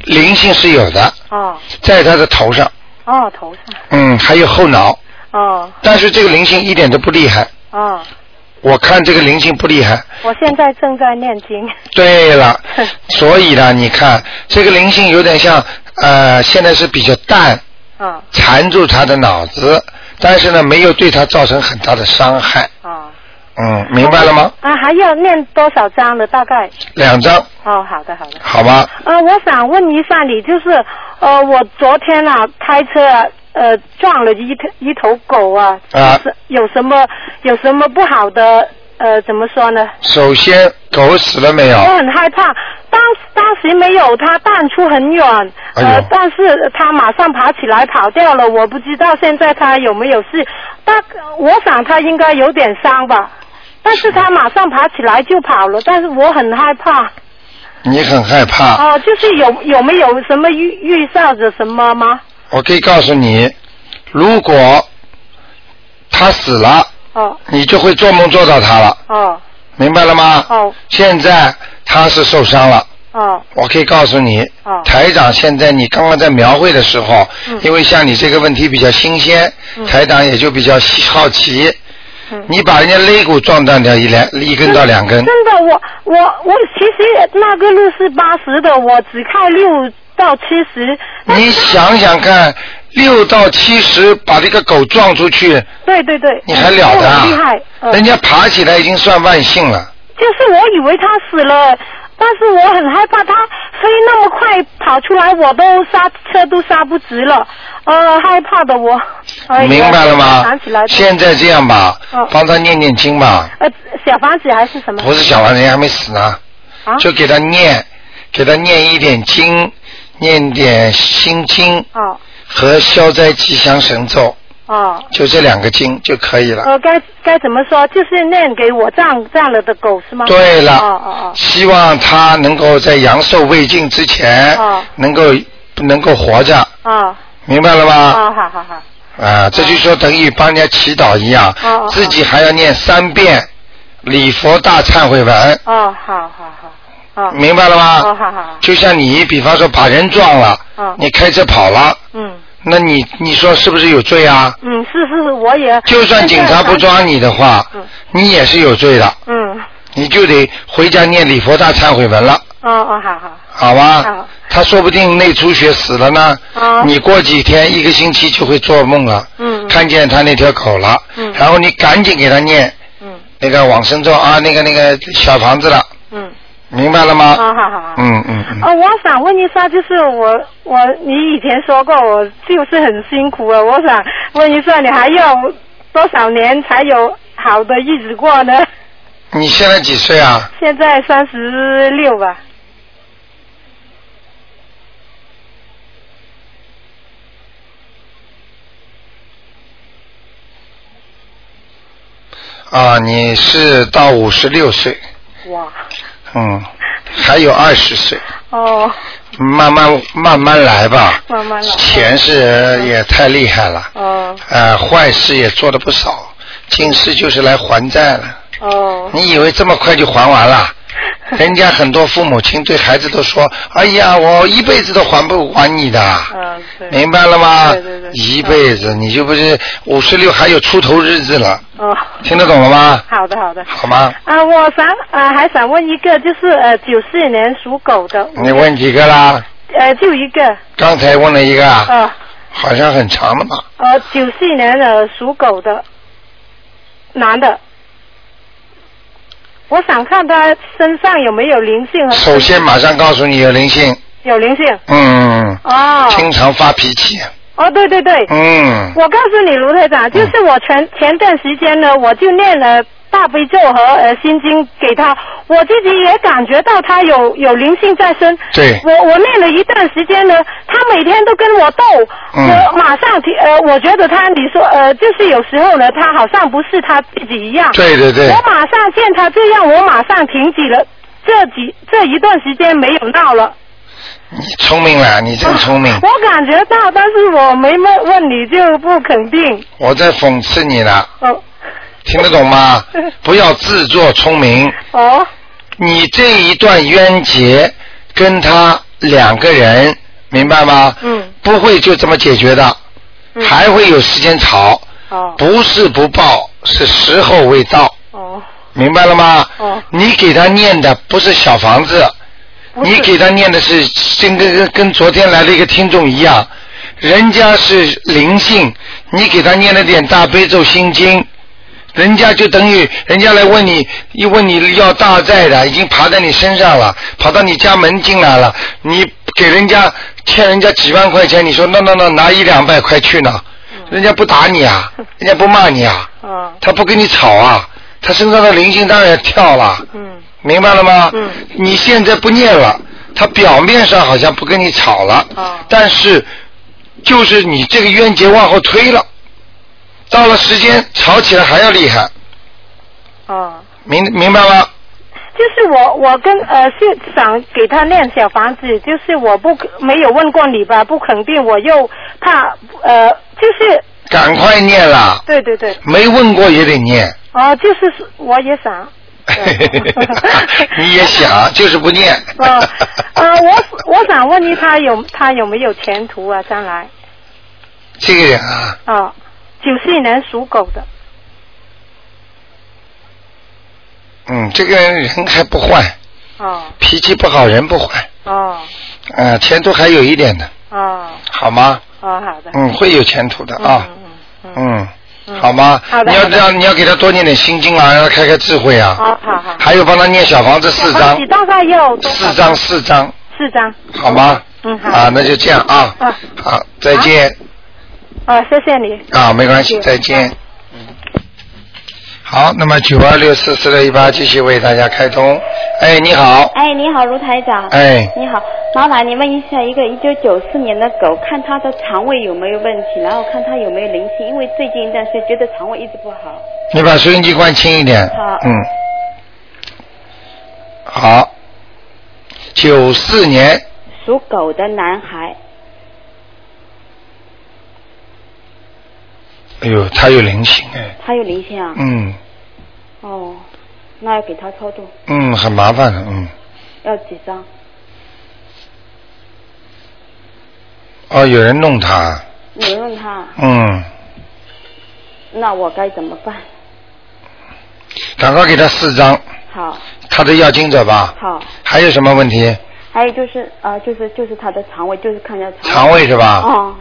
Speaker 1: 灵性是有的，
Speaker 6: 哦
Speaker 1: 在他的头上，
Speaker 6: 哦，头上，
Speaker 1: 嗯，还有后脑，
Speaker 6: 哦
Speaker 1: 但是这个灵性一点都不厉害，
Speaker 6: 哦，
Speaker 1: 我看这个灵性不厉害。
Speaker 6: 我现在正在念经，
Speaker 1: 对了，所以呢，你看这个灵性有点像，呃，现在是比较淡，
Speaker 6: 啊
Speaker 1: 缠住他的脑子，但是呢，没有对他造成很大的伤害。
Speaker 6: 啊
Speaker 1: 嗯，明白了吗？
Speaker 6: 啊，还要念多少章了？大概？
Speaker 1: 两张，
Speaker 6: 哦，好的好的。
Speaker 1: 好吗？
Speaker 6: 呃，我想问一下你，就是呃，我昨天啊开车啊呃撞了一头一头狗啊，
Speaker 1: 啊
Speaker 6: 就是有什么有什么不好的呃怎么说呢？
Speaker 1: 首先，狗死了没
Speaker 6: 我
Speaker 1: 有？
Speaker 6: 很害怕，当当时没有他弹出很远，
Speaker 1: 哎
Speaker 6: 呃
Speaker 1: 呦，
Speaker 6: 但是他马上爬起来跑掉了，我不知道现在他有没有事，但我想他应该有点伤吧，但是他马上爬起来就跑了，但是我很害怕，
Speaker 1: 啊你很害怕。
Speaker 6: 哦、就是有有没有什么预预兆着什么吗？
Speaker 1: 我可以告诉你，如果他死了，
Speaker 6: 哦
Speaker 1: 你就会做梦做到他了，
Speaker 6: 哦
Speaker 1: 明白了吗？
Speaker 6: 哦
Speaker 1: 现在他是受伤了。
Speaker 6: 哦
Speaker 1: 我可以告诉你，
Speaker 6: 哦
Speaker 1: 台长现在你刚刚在描绘的时候，
Speaker 6: 嗯
Speaker 1: 因为像你这个问题比较新鲜，
Speaker 6: 嗯
Speaker 1: 台长也就比较喜好奇。
Speaker 6: 嗯
Speaker 1: 你把人家肋骨撞断掉一两一根到两根，
Speaker 6: 真的，我我我其实那个路是八十的，我只开六到七十，但
Speaker 1: 你想想看，六到七十把这个狗撞出去，
Speaker 6: 对对对，
Speaker 1: 你还了得啊
Speaker 6: 我很厉害，呃
Speaker 1: 人家爬起来已经算万幸了。
Speaker 6: 就是我以为他死了，但是我很害怕他飞那么快跑出来，我都刹车都刹不直了，呃，害怕的我。哎呀
Speaker 1: 明白了吗
Speaker 6: 想起来？
Speaker 1: 现在这样吧
Speaker 6: 嗯，
Speaker 1: 帮他念念经吧，
Speaker 6: 呃，小房子还是什么？
Speaker 1: 不是小王人家还没死呢。
Speaker 6: 啊
Speaker 1: 就给他念，给他念一点经，念点心经
Speaker 6: 哦
Speaker 1: 和消灾吉祥神咒，
Speaker 6: 哦，
Speaker 1: 就这两个经就可以了。
Speaker 6: 呃，该该怎么说？就是念给我葬葬了的狗是吗？
Speaker 1: 对了，
Speaker 6: 哦哦
Speaker 1: 希望他能够在阳寿未尽之前，
Speaker 6: 哦
Speaker 1: 能够能够活着，
Speaker 6: 哦哦
Speaker 1: 明白了吗？
Speaker 6: 哦，好好好，
Speaker 1: 啊、啊，这就说等于帮人家祈祷一样
Speaker 6: 哦哦，
Speaker 1: 自己还要念三遍礼佛大忏悔文，
Speaker 6: 哦，好好好，哦，
Speaker 1: 明白了
Speaker 6: 哦，
Speaker 1: 吗？
Speaker 6: 好好，好
Speaker 1: 就像你，比方说把人撞了
Speaker 6: 嗯，
Speaker 1: 你开车跑了，
Speaker 6: 嗯
Speaker 1: 那你你说是不是有罪 啊？
Speaker 6: 嗯，是是，是我也
Speaker 1: 就算警察不，抓你的话
Speaker 6: 嗯，
Speaker 1: 你也是有罪的，
Speaker 6: 嗯，
Speaker 1: 你就得回家念礼佛大忏悔文了，
Speaker 6: 哦哦，好好，
Speaker 1: 好吧
Speaker 6: 好？
Speaker 1: 他说不定内出血死了呢，
Speaker 6: 哦，
Speaker 1: 你过几天一个星期就会做梦了，
Speaker 6: 嗯
Speaker 1: 看见他那条狗了，
Speaker 6: 嗯
Speaker 1: 然后你赶紧给他念
Speaker 6: 嗯
Speaker 1: 那个往生咒啊，那个那个小房子了，
Speaker 6: 嗯，
Speaker 1: 明白了吗？
Speaker 6: 哦，好好好。
Speaker 1: 嗯嗯嗯，
Speaker 6: 哦，我想问一下，就是我我你以前说过我就是很辛苦啊，我想问一下，你还要多少年才有好的日子过呢？
Speaker 1: 你现在几岁啊？
Speaker 6: 现在三十六吧。
Speaker 1: 啊，你是到五十六岁，
Speaker 6: 哇，
Speaker 1: 嗯，还有二十岁，
Speaker 6: 哦，
Speaker 1: 慢慢慢慢来吧。
Speaker 6: 慢慢 来
Speaker 1: 前世也太厉害了，
Speaker 6: 哦，
Speaker 1: 呃，坏事也做了不少，今世就是来还债了。
Speaker 6: 哦，
Speaker 1: 你以为这么快就还完 了？人家很多父母亲对孩子都说：“哎呀，我一辈子都还不完你的。
Speaker 6: 嗯，对，
Speaker 1: 明白了吗？
Speaker 6: 对对对啊
Speaker 1: 一辈子你就不是五十六还有出头日子了，
Speaker 6: 哦，
Speaker 1: 听得懂了吗？
Speaker 6: 好的，好的。
Speaker 1: 好吗？
Speaker 6: 啊，我想啊，还想问一个，就是呃，九四年属狗的，
Speaker 1: 你问几个啦？
Speaker 6: 呃，就一个，
Speaker 1: 刚才问了一个，啊，
Speaker 6: 呃，
Speaker 1: 好像很长的嘛。
Speaker 6: 呃，九四年的属狗的，男的。我想看他身上有没有灵性和
Speaker 1: 首先马上告诉你有灵性，
Speaker 6: 有灵性。
Speaker 1: 嗯，
Speaker 6: 哦，
Speaker 1: 经常发脾气，
Speaker 6: 哦，对对对，
Speaker 1: 嗯，
Speaker 6: 我告诉你，卢台长，就是我前前段时间呢，我就念了大悲咒和呃心经给他，我自己也感觉到他有有灵性在身。
Speaker 1: 对
Speaker 6: 我我念了一段时间呢，他每天都跟我斗，
Speaker 1: 嗯
Speaker 6: 我马上提呃，我觉得他你说呃，就是有时候呢，他好像不是他自己一样。
Speaker 1: 对对对
Speaker 6: 我，马上见他这样，我马上停止了。这几这一段时间没有闹了，
Speaker 1: 你聪明了，你真聪明，
Speaker 6: 我感觉到，但是我没问问你就不肯定，
Speaker 1: 我在讽刺你了。
Speaker 6: 哦
Speaker 1: 听得懂 吗？不要自作聪明。
Speaker 6: 哦。
Speaker 1: 你这一段冤结跟他两个人，明白吗？
Speaker 6: 嗯。
Speaker 1: 不会就这么解决的，
Speaker 6: 嗯
Speaker 1: 还会有时间吵。
Speaker 6: 哦
Speaker 1: 不是不报，是时候未到，
Speaker 6: 哦，
Speaker 1: 明白了吗？
Speaker 6: 哦
Speaker 1: 你给他念的不是小房子，
Speaker 6: 不
Speaker 1: 你
Speaker 6: 是
Speaker 1: 给他念的是跟跟跟跟昨天来的一个听众一样，人家是灵性，你给他念了点大悲咒心经，人家就等于人家来问你，一问你要大债的，已经爬在你身上了，跑到你家门进来了，你给人家欠人家几万块钱，你说那那那拿一两百块去呢，人家不打你啊，人家不骂你啊，
Speaker 6: 哦，
Speaker 1: 他不跟你吵啊，他身上的灵性当然跳了。
Speaker 6: 嗯
Speaker 1: 明白了吗？
Speaker 6: 嗯。
Speaker 1: 你现在不念了，他表面上好像不跟你吵了，
Speaker 6: 哦
Speaker 1: 但是就是你这个冤结往后推了，到了时间吵起来还要厉害，
Speaker 6: 哦，
Speaker 1: 明明白吗？
Speaker 6: 就是我我跟呃是想给他念小房子，就是我不没有问过你吧，不肯定，我又怕呃，就是
Speaker 1: 赶快念啦，
Speaker 6: 对对对，
Speaker 1: 没问过也得念。
Speaker 6: 哦，就是我也想。
Speaker 1: 你也想，就是不念。
Speaker 6: 呃呃，我我想问一他有他有没有前途啊？将来
Speaker 1: 这个人啊，
Speaker 5: 哦
Speaker 6: 啊，九、四年属狗的，
Speaker 1: 嗯，这个人人还不坏，
Speaker 6: 哦
Speaker 1: 脾气不好，人不坏，
Speaker 6: 哦
Speaker 1: 嗯、前途还有一点的，
Speaker 6: 哦
Speaker 1: 好吗？
Speaker 6: 哦，好的，
Speaker 1: 嗯，会有前途的
Speaker 6: 嗯
Speaker 1: 啊。
Speaker 6: 嗯嗯嗯，
Speaker 1: 嗯，
Speaker 6: 嗯
Speaker 1: 好吗？
Speaker 6: 好的
Speaker 1: 你要
Speaker 6: 好的哦
Speaker 1: 让你要给他多念点心经啊，让他开开智慧啊。
Speaker 5: 哦
Speaker 6: 好好好，
Speaker 1: 还有帮他念小房子四张
Speaker 6: 几，张他要多少
Speaker 1: 四张四张，
Speaker 6: 四张，
Speaker 1: 好吗？
Speaker 6: 嗯好
Speaker 1: 啊，那就这样啊。
Speaker 6: 啊
Speaker 1: 好，再见
Speaker 6: 啊，谢谢你。
Speaker 1: 啊，没关系，再见。嗯。好，那么九二六四四六一八继续为大家开通。哎，你好，
Speaker 7: 哎，你好，卢台长。
Speaker 1: 哎，
Speaker 7: 你好，麻烦你问一下，一个一九九四年的狗，看它的肠胃有没有问题，然后看它有没有灵性，因为最近一段时间觉得肠胃一直不好。
Speaker 1: 你把收音机关轻一点。
Speaker 7: 好
Speaker 1: 嗯。好，九四年，
Speaker 7: 属狗的男孩，
Speaker 1: 哎呦，他有灵性哎，
Speaker 7: 他有灵性啊？
Speaker 1: 嗯
Speaker 7: 哦，那要给他超度，
Speaker 1: 嗯，很麻烦的，嗯，
Speaker 7: 要几张？
Speaker 1: 哦，有人弄他，
Speaker 7: 你问他，
Speaker 1: 嗯，
Speaker 7: 那我该怎么办？
Speaker 1: 赶快给他四张
Speaker 7: 好，
Speaker 1: 他的要经者吧。
Speaker 7: 好，
Speaker 1: 还有什么问题？
Speaker 7: 还有就是啊、呃就是就是他的肠胃，就是看一下肠
Speaker 1: 肠胃是吧？
Speaker 7: 哦，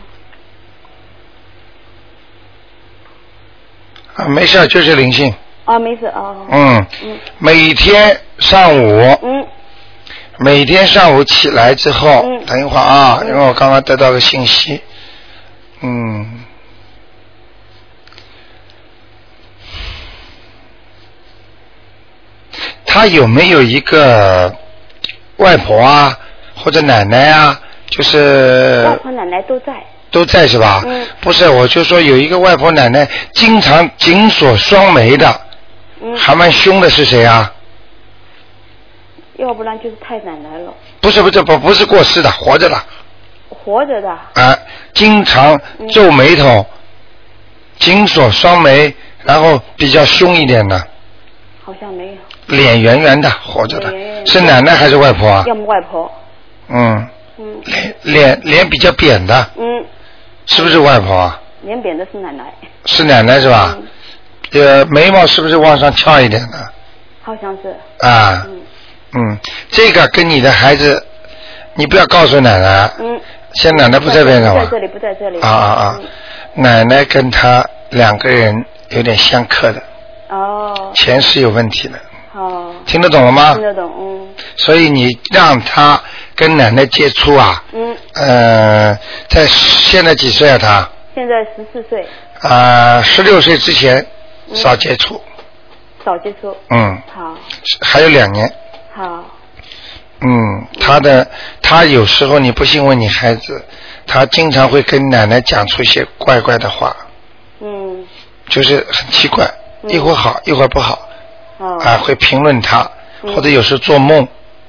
Speaker 1: 啊，没事，就是灵性，
Speaker 7: 啊，没事啊。
Speaker 1: 嗯，
Speaker 7: 嗯
Speaker 1: 每天上午，
Speaker 7: 嗯
Speaker 1: 每天上午起来之后，
Speaker 7: 嗯
Speaker 1: 等一会儿啊，因为我刚刚得到个信息，嗯，他有没有一个外婆啊，或者奶奶啊，就是
Speaker 7: 外婆奶奶都在。
Speaker 1: 都在是吧？
Speaker 7: 嗯
Speaker 1: 不是，我就说有一个外婆奶奶经常紧锁双眉的，
Speaker 7: 嗯，
Speaker 1: 还蛮凶的是谁啊？
Speaker 7: 要不然就是太奶奶了，
Speaker 1: 不是不是不不是过世的，活着的
Speaker 7: 活着的。嗯
Speaker 1: 啊，经常皱眉头，紧锁双眉，然后比较凶一点的，
Speaker 7: 好像没有，
Speaker 1: 脸圆圆的，活着的
Speaker 7: 脸圆圆，的
Speaker 1: 是奶奶还是外婆啊？
Speaker 7: 要么外婆。
Speaker 1: 嗯，
Speaker 7: 嗯
Speaker 1: 脸脸脸比较扁的，
Speaker 7: 嗯，
Speaker 1: 是不是外婆啊？
Speaker 7: 脸扁的是奶奶，
Speaker 1: 是奶奶是吧？
Speaker 7: 嗯
Speaker 1: 呃，眉毛是不是往上翘一点的？
Speaker 7: 好像是。
Speaker 1: 啊，
Speaker 7: 嗯
Speaker 1: 嗯，这个跟你的孩子，你不要告诉奶奶，
Speaker 7: 嗯。
Speaker 1: 现在奶奶不在边上
Speaker 7: 不
Speaker 1: 吗
Speaker 7: 在？这里，不在这里。嗯
Speaker 1: 啊啊啊！奶奶跟他两个人有点相克的，
Speaker 7: 嗯！哦，
Speaker 1: 前世有问题的，
Speaker 7: 好，
Speaker 1: 听得懂了吗
Speaker 7: 听？得懂，嗯
Speaker 1: 所以你让他跟奶奶接触啊，
Speaker 7: 嗯。
Speaker 1: 呃，在现在几岁啊他？
Speaker 7: 现在十四岁，嗯
Speaker 1: 啊，十六岁之前少接触，
Speaker 7: 少接触。
Speaker 1: 嗯，
Speaker 7: 好，
Speaker 1: 还有两年，
Speaker 7: 好，
Speaker 1: 嗯，他的他有时候你不信问你孩子，他经常会跟奶奶讲出一些怪怪的话，
Speaker 7: 嗯，
Speaker 1: 就是很奇怪，
Speaker 7: 嗯
Speaker 1: 一会儿好一会儿不好，
Speaker 7: 哦，
Speaker 1: 啊，会评论他，
Speaker 7: 嗯
Speaker 1: 或者有时候做梦，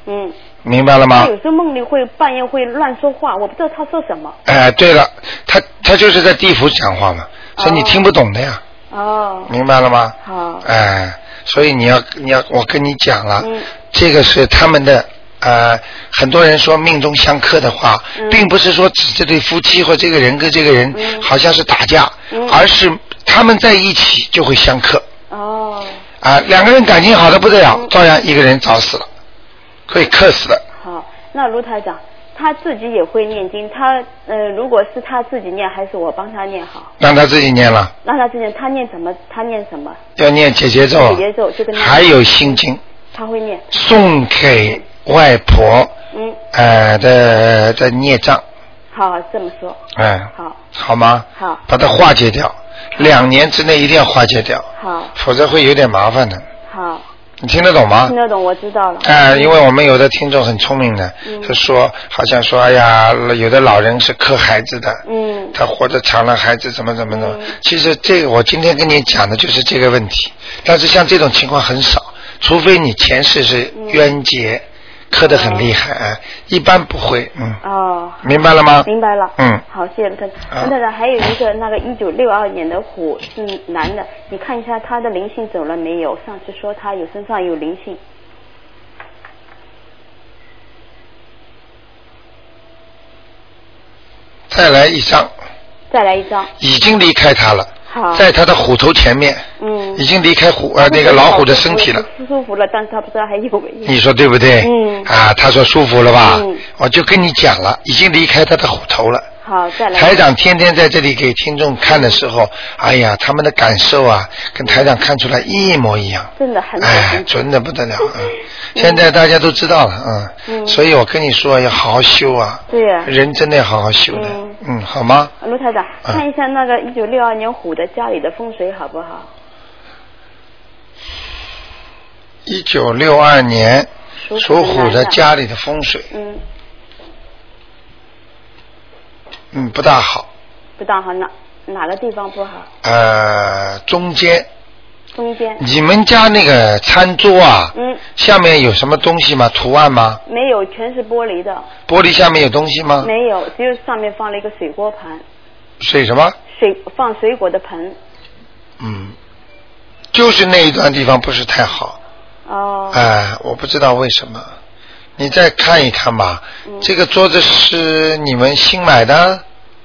Speaker 7: 嗯，
Speaker 1: 明白了吗
Speaker 7: 他？有时候梦里会半夜会乱说话，我不知道他说什么。
Speaker 1: 哎，对了，他他就是在地府讲话嘛，所以你
Speaker 7: 哦
Speaker 1: 听不懂的呀，
Speaker 7: 哦，
Speaker 1: 明白了吗？
Speaker 7: 好，
Speaker 1: 哎，所以你要你要我跟你讲了，
Speaker 7: 啊嗯
Speaker 1: 这个是他们的呃，很多人说命中相克的话，
Speaker 7: 嗯
Speaker 1: 并不是说指这对夫妻或这个人跟这个人
Speaker 7: 嗯
Speaker 1: 好像是打架，
Speaker 7: 嗯
Speaker 1: 而是他们在一起就会相克
Speaker 7: 哦，
Speaker 1: 啊、两个人感情好的不得了，
Speaker 7: 嗯
Speaker 1: 照样一个人早死了，会克死的。
Speaker 7: 好，那卢台长。他自己也会念经，他呃，如果是他自己念，还是我帮他念好？
Speaker 1: 让他自己念了，
Speaker 7: 让他自己念，他念什么？他念什么？
Speaker 1: 要念姐姐咒，
Speaker 7: 解结咒就跟他
Speaker 1: 啊还有心经，
Speaker 7: 他会念。
Speaker 1: 送给外婆
Speaker 7: 嗯，
Speaker 1: 呃的的孽障，
Speaker 7: 好，这么说，
Speaker 1: 哎、
Speaker 7: 好，
Speaker 1: 好吗？
Speaker 7: 好
Speaker 1: 把它化解掉，两年之内一定要化解掉，
Speaker 7: 好，
Speaker 1: 否则会有点麻烦的。
Speaker 7: 好，
Speaker 1: 你听得懂吗
Speaker 7: 听？得懂，我知道了。
Speaker 1: 哎、因为我们有的听众很聪明的，
Speaker 7: 嗯
Speaker 1: 他说好像说，哎呀，有的老人是克孩子的，
Speaker 7: 嗯，
Speaker 1: 他活得长了，孩子怎么怎么怎么
Speaker 7: 嗯。
Speaker 1: 其实这个我今天跟你讲的就是这个问题，但是像这种情况很少，除非你前世是冤结，克得很厉害，哎一般不会，嗯，
Speaker 7: 嗯哦，
Speaker 1: 明白了吗？
Speaker 7: 明白了。
Speaker 1: 嗯
Speaker 7: 好，谢谢卢台长。
Speaker 1: 啊
Speaker 7: 卢台长还有一个那个一九六二年的虎是男的，你看一下他的灵性走了没有？上次说他有身上有灵性，
Speaker 1: 再来一张，
Speaker 7: 再来一张。
Speaker 1: 已经离开他了，
Speaker 7: 好，
Speaker 1: 在他的虎头前面，
Speaker 7: 啊嗯
Speaker 1: 已，经离开虎呃那个老虎的身体了。
Speaker 7: 不舒服了，但是他不知道还有没有。
Speaker 1: 你说对不对？
Speaker 7: 嗯
Speaker 1: 啊，他说舒服了吧？
Speaker 7: 嗯
Speaker 1: 我就跟你讲了，已经离开他的虎头了。
Speaker 7: 好，再来。
Speaker 1: 台长天天在这里给听众看的时候，哎呀，他们的感受啊，跟台长看出来一模一样。
Speaker 7: 真的很准
Speaker 1: 哎，准的不得了啊！嗯现在大家都知道了，嗯，
Speaker 7: 嗯
Speaker 1: 所以我跟你说要好好修啊，
Speaker 7: 对呀、
Speaker 1: 人真的要好好修的，
Speaker 7: 嗯
Speaker 1: 嗯，好吗？嗯
Speaker 7: 卢台长，
Speaker 1: 啊
Speaker 7: 看一下那个一九六二年虎的家里的风水好不好？
Speaker 1: 一九六二年
Speaker 7: 属
Speaker 1: 属虎的
Speaker 7: 男
Speaker 1: 家里的风水，
Speaker 7: 嗯，
Speaker 1: 嗯，不大好，
Speaker 7: 不大啊好，哪哪个地方不好？
Speaker 1: 呃，中间
Speaker 7: 中间。
Speaker 1: 你们家那个餐桌啊，
Speaker 7: 嗯，
Speaker 1: 下面有什么东西吗？图案吗？
Speaker 7: 没有，全是玻璃的，
Speaker 6: 啊
Speaker 1: 玻璃下面有东西吗？
Speaker 7: 没有，只有上面放了一个水锅盘。
Speaker 1: 水什么？
Speaker 6: 水放水果的盆。
Speaker 1: 嗯，就是那一段地方不是太好。
Speaker 6: 哦。
Speaker 1: 哎，我不知道为什么。你再看一看吧，这个桌子是你们新买的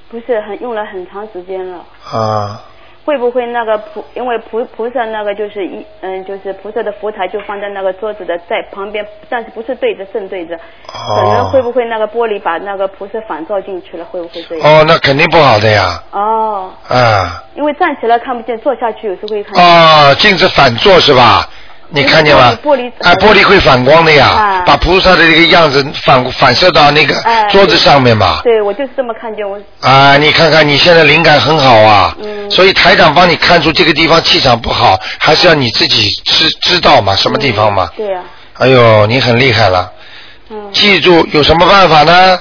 Speaker 6: 不是很用了很长时间了，
Speaker 1: 啊？
Speaker 6: 会不会那个菩因为菩菩萨那个就是一嗯就是菩萨的佛台就放在那个桌子的在旁边，但是不是对着正对着，可能会
Speaker 1: 哦
Speaker 6: 不会那个玻璃把那个菩萨反照进去了，会不会这样？
Speaker 1: 哦，那肯定不好的呀，
Speaker 6: 哦，
Speaker 1: 啊
Speaker 6: 因为站起来看不见，坐下去有时候会看见。
Speaker 1: 哦，镜子反坐是吧？你看见吗？
Speaker 6: 嗯玻璃
Speaker 1: 啊，玻璃会反光的呀
Speaker 6: 啊，
Speaker 1: 把菩萨的这个样子反反射到那个
Speaker 6: 哎
Speaker 1: 桌子上面嘛。
Speaker 6: 对，我就是这么看见我。
Speaker 1: 啊，你看看你现在灵感很好啊，
Speaker 6: 嗯
Speaker 1: 所以台长帮你看出这个地方气场不好，还是要你自己知知道嘛，什么地方嘛。
Speaker 6: 对呀、
Speaker 1: 哎呦，你很厉害了，
Speaker 6: 嗯，
Speaker 1: 记住有什么办法呢？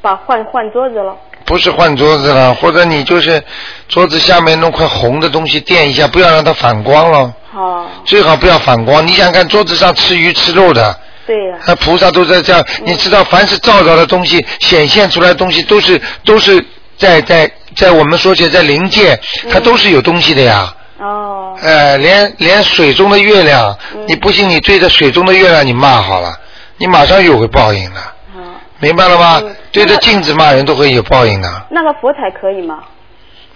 Speaker 6: 把换换桌子了。
Speaker 1: 不是换桌子了，或者你就是桌子下面弄块红的东西垫一下，不要让它反光了，
Speaker 6: 好，
Speaker 1: 最好不要反光。你想看桌子上吃鱼吃肉的，
Speaker 6: 对呀、
Speaker 1: 那菩萨都在这样，你知道，凡是照着的东西显现出来的东西，都是都是在在在我们说起来在灵界，它都是有东西的呀。
Speaker 6: 哦，
Speaker 1: 呃，连连水中的月亮，你不信你对着水中的月亮你骂好了，你马上有个报应的，
Speaker 6: 好，
Speaker 1: 明白了吗
Speaker 6: 嗯？
Speaker 1: 对着镜子骂人都会有报应的。
Speaker 6: 那个佛台可以吗？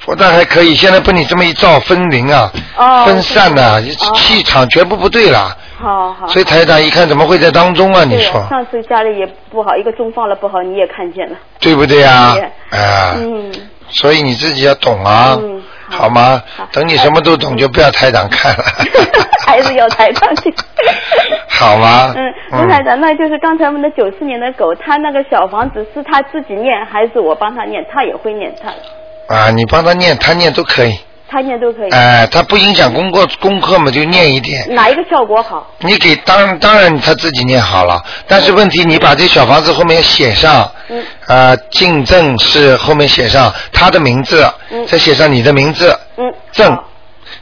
Speaker 1: 佛诞还可以，现在被你这么一照，分灵啊，
Speaker 6: 哦
Speaker 1: 分散呐、
Speaker 6: 哦
Speaker 1: 气场全部不对了。
Speaker 6: 好好。
Speaker 1: 所以台长一看，怎么会在当中啊？你
Speaker 6: 对呀
Speaker 1: 说
Speaker 6: 上次家里也不好，一个钟放了不好，你也看见了。
Speaker 1: 对不对啊
Speaker 6: 对？
Speaker 1: 啊，
Speaker 6: 嗯，
Speaker 1: 所以你自己要懂啊，
Speaker 6: 嗯好
Speaker 1: 好吗
Speaker 6: 好？，
Speaker 1: 等你什么都懂，就不要台长看了。
Speaker 6: 还是要台长去
Speaker 1: 好吗？
Speaker 6: 嗯，吴台长，那就是刚才我们的九四年的狗，他那个小房子是他自己念还是我帮他念？他也会念，他
Speaker 1: 啊，你帮他念，他念都可以，
Speaker 6: 他念都可以。
Speaker 1: 哎、他不影响功课功课嘛，就念一点。
Speaker 6: 哪一个效果好？
Speaker 1: 你给当当然他自己念好了，但是问题你把这小房子后面写上，
Speaker 6: 嗯
Speaker 1: 呃，敬正是后面写上他的名字，
Speaker 6: 嗯
Speaker 1: 再写上你的名字，
Speaker 6: 嗯，
Speaker 1: 正
Speaker 6: 好，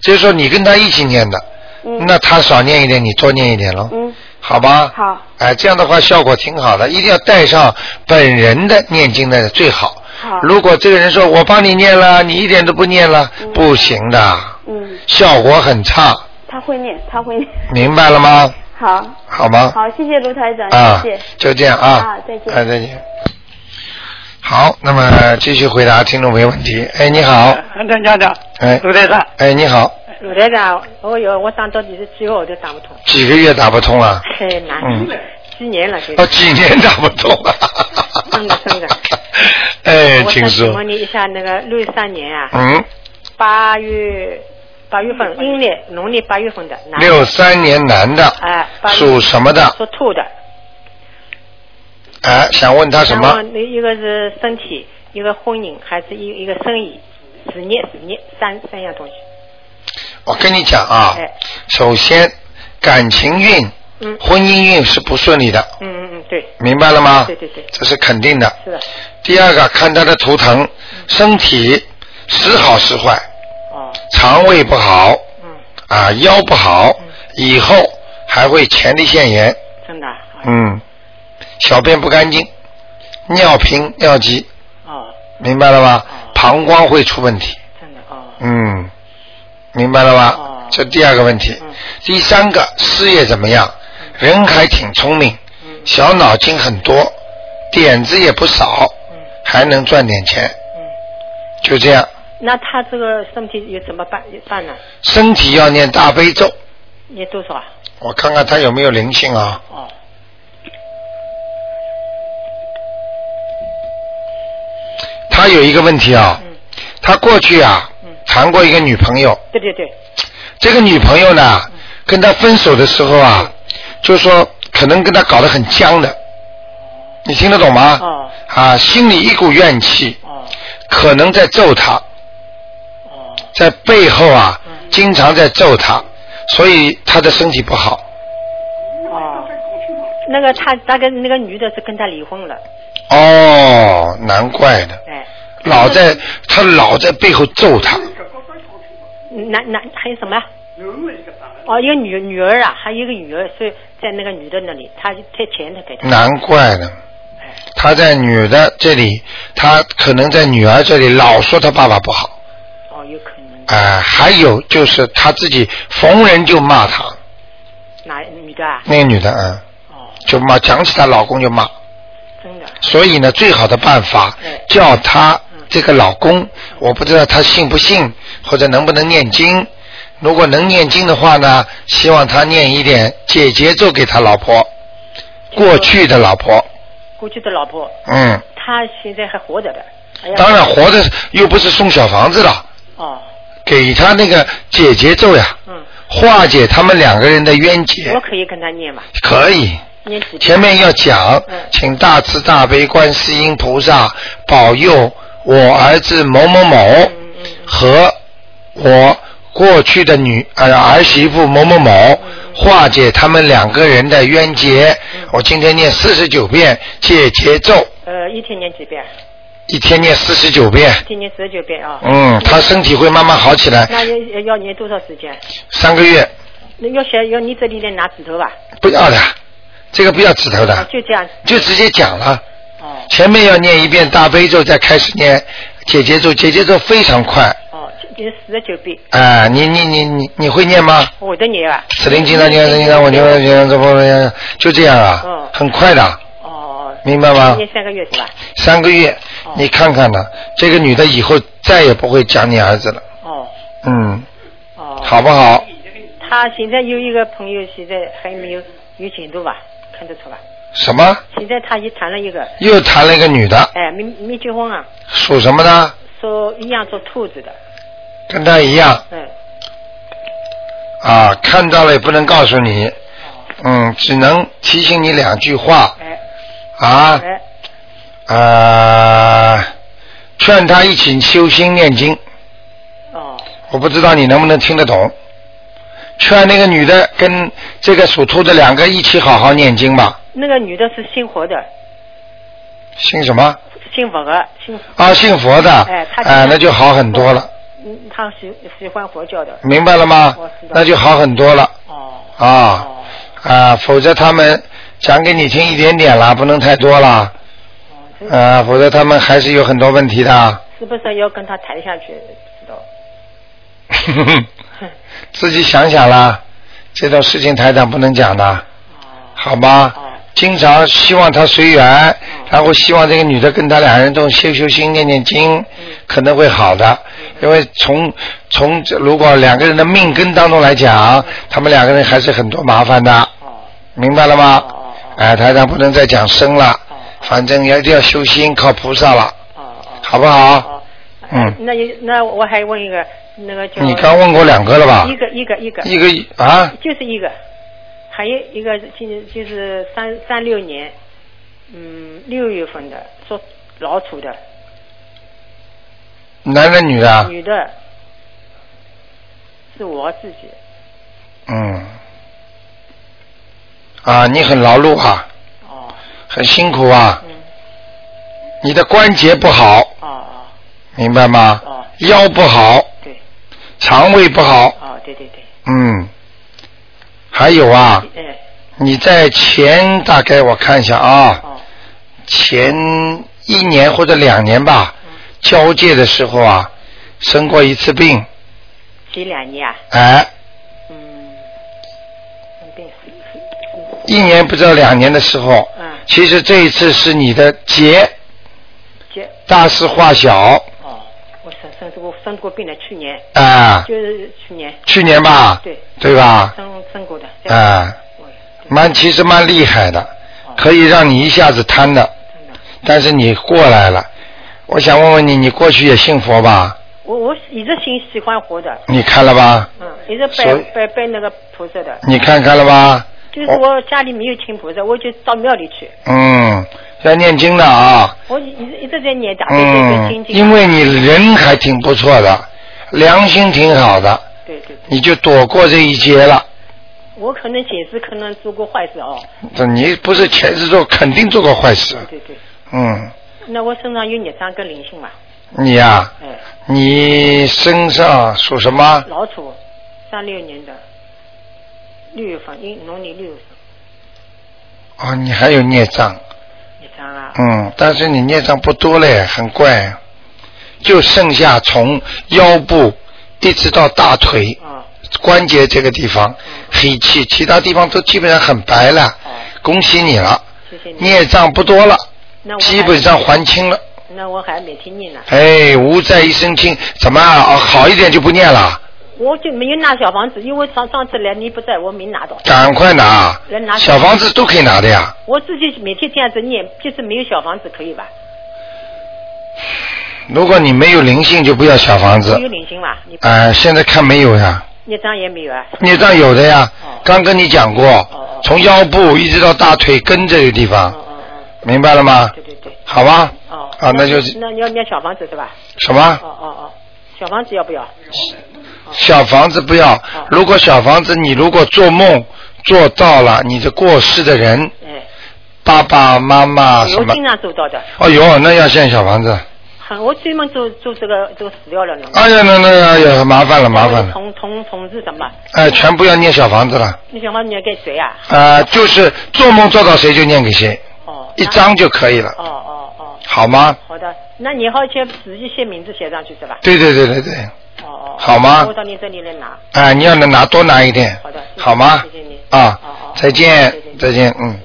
Speaker 1: 就是说你跟他一起念的，
Speaker 6: 嗯
Speaker 1: 那他少念一点，你多念一点喽，
Speaker 6: 嗯，
Speaker 1: 好吧？
Speaker 6: 好，
Speaker 1: 哎、这样的话效果挺好的，一定要带上本人的念经的最好。
Speaker 6: 好，
Speaker 1: 如果这个人说我帮你念了，你一点都不念了，
Speaker 6: 嗯
Speaker 1: 不行的，
Speaker 6: 嗯，
Speaker 1: 效果很差，
Speaker 6: 他会念，他会念。
Speaker 1: 明白了吗？
Speaker 6: 好，
Speaker 1: 好吗？
Speaker 6: 好，谢谢卢台长，
Speaker 1: 啊
Speaker 6: 谢谢。，
Speaker 1: 就这样啊。
Speaker 6: 啊再见
Speaker 1: 哎，再见。好，那么继续回答听众朋友问题。哎，你好，
Speaker 8: 嗯，张家长，
Speaker 1: 哎
Speaker 8: 卢台长，
Speaker 1: 哎，你好，
Speaker 8: 卢台长，我有我打到你的之后我就打不通，
Speaker 1: 几个月打不通了？
Speaker 8: 太难，
Speaker 1: 嗯
Speaker 8: 几年了，这
Speaker 1: 哦，几年打不通了。
Speaker 8: 真的真的。
Speaker 1: 哎，
Speaker 8: 我
Speaker 1: 请
Speaker 8: 想请
Speaker 1: 说
Speaker 8: 问。你一下，那个六三年啊，
Speaker 1: 嗯，
Speaker 8: 八月八月份，阴历农历八月份的，男的
Speaker 1: 六三年男的，
Speaker 8: 哎，八月
Speaker 1: 属什么的？
Speaker 8: 属兔的，
Speaker 1: 哎，想问他什
Speaker 8: 然
Speaker 1: 么
Speaker 8: 后？那一个是身体，一个婚姻，还是一一个生意，职业职业三三样东西，
Speaker 1: 我跟你讲啊
Speaker 8: 哎，
Speaker 1: 首先感情运、
Speaker 8: 嗯
Speaker 1: 婚姻运是不顺利的，
Speaker 8: 嗯嗯嗯，对，
Speaker 1: 明白了吗？
Speaker 8: 对对对
Speaker 1: 这是肯定的。
Speaker 8: 是的，
Speaker 1: 第二个看他的图腾，身体时好时坏，
Speaker 8: 哦，
Speaker 1: 肠胃不好
Speaker 8: 嗯，
Speaker 1: 啊，腰不好，以后还会前列腺炎，
Speaker 8: 真的啊，
Speaker 1: 嗯，小便不干净，尿频尿急，
Speaker 8: 哦，
Speaker 1: 明白了吧
Speaker 8: 哦？
Speaker 1: 膀胱会出问题，
Speaker 8: 真的哦，
Speaker 1: 嗯，明白了吧
Speaker 8: 哦？
Speaker 1: 这第二个问题
Speaker 8: 嗯，
Speaker 1: 第三个事业怎么样？人还挺聪明，
Speaker 8: 嗯
Speaker 1: 小脑筋很多，点子也不少，
Speaker 8: 嗯。
Speaker 1: 还能赚点钱，
Speaker 8: 嗯
Speaker 1: 就这样。
Speaker 8: 那他这个身体又怎么办办呢？
Speaker 1: 身体要念大悲咒，
Speaker 8: 你多少啊？
Speaker 1: 我看看他有没有灵性啊。
Speaker 8: 哦，
Speaker 1: 他有一个问题啊，
Speaker 8: 嗯
Speaker 1: 他过去啊
Speaker 8: 嗯
Speaker 1: 谈过一个女朋友，
Speaker 8: 对对对，
Speaker 1: 这个女朋友呢
Speaker 8: 嗯
Speaker 1: 跟他分手的时候啊，就说可能跟他搞得很僵的，你听得懂吗？
Speaker 8: 哦
Speaker 1: 啊，心里一股怨气，
Speaker 8: 哦
Speaker 1: 可能在咒他，
Speaker 8: 哦
Speaker 1: 在背后啊
Speaker 8: 嗯
Speaker 1: 经常在咒他，所以他的身体不好。
Speaker 8: 哦，那个他那个那个女的是跟他离婚了，
Speaker 1: 哦，难怪的，
Speaker 8: 哎，
Speaker 1: 老 在他老在背后咒他。
Speaker 8: 男男还有什么呀？哦，一个女女儿啊，还有一个女儿是在那个女的那里，他贴钱的给他，
Speaker 1: 难怪呢
Speaker 8: 哎，
Speaker 1: 他在女的这里，他可能在女儿这里老说他爸爸不好。
Speaker 8: 哦，有可能。
Speaker 1: 啊、还有就是他自己逢人就骂他，
Speaker 8: 哪女的啊？
Speaker 1: 那个女的，嗯，
Speaker 8: 哦，
Speaker 1: 就骂，讲起她老公就骂。
Speaker 8: 真的。
Speaker 1: 所以呢，最好的办法
Speaker 8: 对
Speaker 1: 叫她这个老公，我不知道她信不信，或者能不能念经。如果能念经的话呢，希望她念一点解节奏给她老婆，过去的老婆，
Speaker 8: 过去的老婆，
Speaker 1: 嗯，
Speaker 8: 她现在还活着的。哎呀
Speaker 1: 当然活着又不是送小房子了，
Speaker 8: 哦，
Speaker 1: 给她那个解节奏呀，
Speaker 8: 嗯，
Speaker 1: 化解他们两个人的冤结
Speaker 8: 我，可以跟她念嘛，
Speaker 1: 可以。
Speaker 8: 念几遍
Speaker 1: 前面要讲，
Speaker 8: 嗯
Speaker 1: 请大慈大悲观世音菩萨保佑我儿子某某某
Speaker 8: 嗯
Speaker 1: 和我过去的女呃儿媳妇某某
Speaker 8: 嗯
Speaker 1: 某化解他们两个人的冤结。
Speaker 8: 嗯
Speaker 1: 我今天念四十九遍解结咒，
Speaker 8: 呃，一天念几遍？
Speaker 1: 一天念四十九遍
Speaker 8: 一。天念十九遍啊。
Speaker 1: 嗯，他身体会慢慢好起来，
Speaker 8: 那要要念多少时间？
Speaker 1: 三个月
Speaker 8: 那要写要你这里来拿指头吧？
Speaker 1: 不要的，这个不要指头
Speaker 8: 啊
Speaker 1: 的，
Speaker 8: 就这样。
Speaker 1: 就直接讲了。
Speaker 8: 哦
Speaker 1: 前面要念一遍大悲咒，再开始念姐姐咒，姐姐咒非常快。
Speaker 8: 哦，就就四十九遍，
Speaker 1: 哎、你你你你你会念吗？
Speaker 8: 我的念啊。
Speaker 1: 四零七三七三七三，我就就就就这样啊
Speaker 8: 嗯，
Speaker 1: 很快的，
Speaker 8: 哦。
Speaker 1: 明白吗？
Speaker 8: 念三个月是吧？
Speaker 1: 三个月
Speaker 8: 哦，
Speaker 1: 你看看呢，这个女的以后再也不会讲你儿子了，
Speaker 8: 哦
Speaker 1: 嗯，
Speaker 8: 哦。
Speaker 1: 好不好？
Speaker 8: 他现在有一个朋友，现在还没有有前途吧？看得出吧？
Speaker 1: 什么？
Speaker 8: 现在他也谈了一个，
Speaker 1: 又谈了一个女的，
Speaker 8: 哎，没没结婚啊，
Speaker 1: 属什么呢？
Speaker 8: 说一样做兔子的，
Speaker 1: 跟她一样
Speaker 8: 嗯，
Speaker 1: 啊，看到了也不能告诉你，嗯，只能提醒你两句话
Speaker 8: 哎
Speaker 1: 啊。
Speaker 8: 哎，
Speaker 1: 呃，劝他一起修心念经，
Speaker 8: 哦
Speaker 1: 我不知道你能不能听得懂。劝那个女的跟这个属兔的两个一起好好念经吧。
Speaker 8: 那个女的是姓活的，
Speaker 1: 信什么？
Speaker 8: 姓佛的，姓，
Speaker 1: 啊，信佛的，
Speaker 8: 哎
Speaker 1: 哎、
Speaker 8: 他现在
Speaker 1: 那就好很多了，
Speaker 8: 嗯，她喜喜欢佛教的，
Speaker 1: 明白了吗
Speaker 8: 我知？道
Speaker 1: 那就好很多了
Speaker 8: 哦，
Speaker 1: 啊
Speaker 8: 哦，
Speaker 1: 啊，否则他们讲给你听一点点啦，不能太多啦，
Speaker 8: 哦，是
Speaker 1: 啊，否则他们还是有很多问题的。
Speaker 8: 是不是要跟他谈下去？知道？
Speaker 1: 自己想想啦，这种事情台长不能讲的，好吧
Speaker 8: 哦？
Speaker 1: 经常希望他随缘，然后希望这个女的跟他两人都修修心、念念经，
Speaker 8: 嗯
Speaker 1: 可能会好的。因为从从这如果两个人的命根当中来讲，他们两个人还是很多麻烦的，
Speaker 8: 哦
Speaker 1: 明白了吗
Speaker 8: 哦？哦
Speaker 1: 哎，台长不能再讲深了
Speaker 8: 哦，
Speaker 1: 反正也一定要修心，靠菩萨了，
Speaker 8: 哦哦
Speaker 1: 好不好？
Speaker 8: 哦，
Speaker 1: 嗯
Speaker 8: 那也那我还问一个，那个叫
Speaker 1: 你刚问过两个了吧
Speaker 8: 一？个一个一个
Speaker 1: 一个啊，
Speaker 8: 就是一个，还有一个今就是三三六年，嗯，六月份的，说老鼠的，
Speaker 1: 男的女的啊？
Speaker 8: 女的，是我自己，
Speaker 1: 嗯，啊，你很劳碌啊，
Speaker 8: 哦，
Speaker 1: 很辛苦啊，
Speaker 8: 嗯，
Speaker 1: 你的关节不好，
Speaker 8: 哦哦，
Speaker 1: 明白吗？
Speaker 8: 哦
Speaker 1: 腰不好，
Speaker 8: 对，
Speaker 1: 肠胃不好，
Speaker 8: 哦对对对，
Speaker 1: 嗯，还有啊，
Speaker 8: 哎，
Speaker 1: 你在前大概我看一下啊，
Speaker 8: 哦
Speaker 1: 前一年或者两年吧，交界的时候啊，生过一次病，
Speaker 8: 几两年啊，
Speaker 1: 哎，
Speaker 8: 嗯，生病是是是，
Speaker 1: 一年不知道两年的时候，
Speaker 8: 嗯
Speaker 1: 其实这一次是你的结
Speaker 8: 结，
Speaker 1: 大事化小
Speaker 8: 哦，我生生过生过病的，去年
Speaker 1: 啊。
Speaker 8: 就是去年，
Speaker 1: 去年吧，
Speaker 8: 对，
Speaker 1: 吧？
Speaker 8: 生生过的，
Speaker 1: 啊、
Speaker 8: 我
Speaker 1: 蛮其实蛮厉害的，可以让你一下子瘫的，
Speaker 8: 真的。
Speaker 1: 但是你过来了。我想问问你，你过去也信佛吧？
Speaker 8: 我我一直喜喜欢活的，
Speaker 1: 你看了吧？
Speaker 8: 嗯，一直
Speaker 1: 所以
Speaker 8: 拜拜拜那个菩萨的，
Speaker 1: 你看看了吧？
Speaker 8: 就是
Speaker 1: 哦
Speaker 8: 我家里没有请菩萨，我就到庙里去，
Speaker 1: 嗯，要念经的啊。
Speaker 8: 我一直一直在念大悲咒跟
Speaker 1: 嗯
Speaker 8: 心，经，
Speaker 1: 因为你人还挺不错的，良心挺好的，
Speaker 8: 对对对，
Speaker 1: 你就躲过这一劫了。
Speaker 8: 我可能前世可能做过坏事哦，
Speaker 1: 这你不是前世做，肯定做过坏事
Speaker 8: 对。对对，
Speaker 1: 嗯，
Speaker 8: 那我身上有孽障跟灵性嘛，
Speaker 1: 你呀、
Speaker 8: 哎，
Speaker 1: 你身上属什么？
Speaker 8: 老鼠，三六年的六月份，因农历六月份，
Speaker 1: 哦，你还有孽障，
Speaker 8: 孽障张了。
Speaker 1: 嗯，但是你孽障不多嘞，很怪，啊就剩下从腰部一直到大腿
Speaker 8: 啊
Speaker 1: 关节这个地方黑气，其他地方都基本上很白了。恭喜你了，
Speaker 8: 谢谢你。
Speaker 1: 孽障不多了，
Speaker 8: 那我还
Speaker 1: 基本上还清了。
Speaker 8: 那我还没听你呢，
Speaker 1: 哎，无债一身轻，怎么啊？哦好一点就不念了？
Speaker 8: 我就没有拿小房子，因为上上次来你不在，我没拿到。
Speaker 1: 赶快拿
Speaker 8: 来拿，
Speaker 1: 小房子都可以拿的呀。
Speaker 8: 我自己每天这样子念，就是没有小房子可以吧？
Speaker 1: 如果你没有灵性，就不要小房子
Speaker 8: 没。有零星吧？你
Speaker 1: 哎、现在看没有呀？
Speaker 8: 孽障也没有啊？
Speaker 1: 孽障有的呀
Speaker 8: 哦，
Speaker 1: 刚跟你讲
Speaker 8: 哦
Speaker 1: 过，从腰部一直到大腿根这个地
Speaker 8: 嗯
Speaker 1: 方，
Speaker 8: 嗯嗯，
Speaker 1: 明白了吗
Speaker 8: 对？对对。
Speaker 1: 好吧，
Speaker 8: 哦。
Speaker 1: 啊那就是
Speaker 8: 那你要念小房子是吧？
Speaker 1: 什么
Speaker 8: 哦哦哦，小房子要不要？
Speaker 1: 小房子不要，
Speaker 8: 哦
Speaker 1: 如果小房子你如果做梦做到了，你的过世的人
Speaker 8: 哎，
Speaker 1: 爸爸妈妈啊什
Speaker 8: 我
Speaker 1: 么，
Speaker 8: 经常做到的。
Speaker 1: 哦哟，那要建小房子，
Speaker 8: 很，我专门做做这个这个死掉了呢。
Speaker 1: 哎呀，那那那呀，麻烦了麻烦了，
Speaker 8: 同同同事什么？
Speaker 1: 哎，全部要念小房子了，
Speaker 8: 你小房子要给谁啊？
Speaker 1: 啊、就是做梦做到谁就念给谁，
Speaker 8: 哦。
Speaker 1: 一
Speaker 8: 那
Speaker 1: 张。就可以
Speaker 8: 哦
Speaker 1: 了，
Speaker 8: 哦哦，
Speaker 1: 好吗？
Speaker 8: 好的，那你好先仔细写名字写上去是吧？
Speaker 1: 对对对对对。
Speaker 8: 哦哦。
Speaker 1: 好吗
Speaker 8: 我到你这里来拿。
Speaker 1: 啊，你要能拿多拿一点，
Speaker 8: 好的谢谢
Speaker 1: 好吗？
Speaker 8: 谢谢你
Speaker 1: 啊
Speaker 8: 哦哦，
Speaker 1: 再见
Speaker 8: 谢谢，你
Speaker 1: 再见，嗯。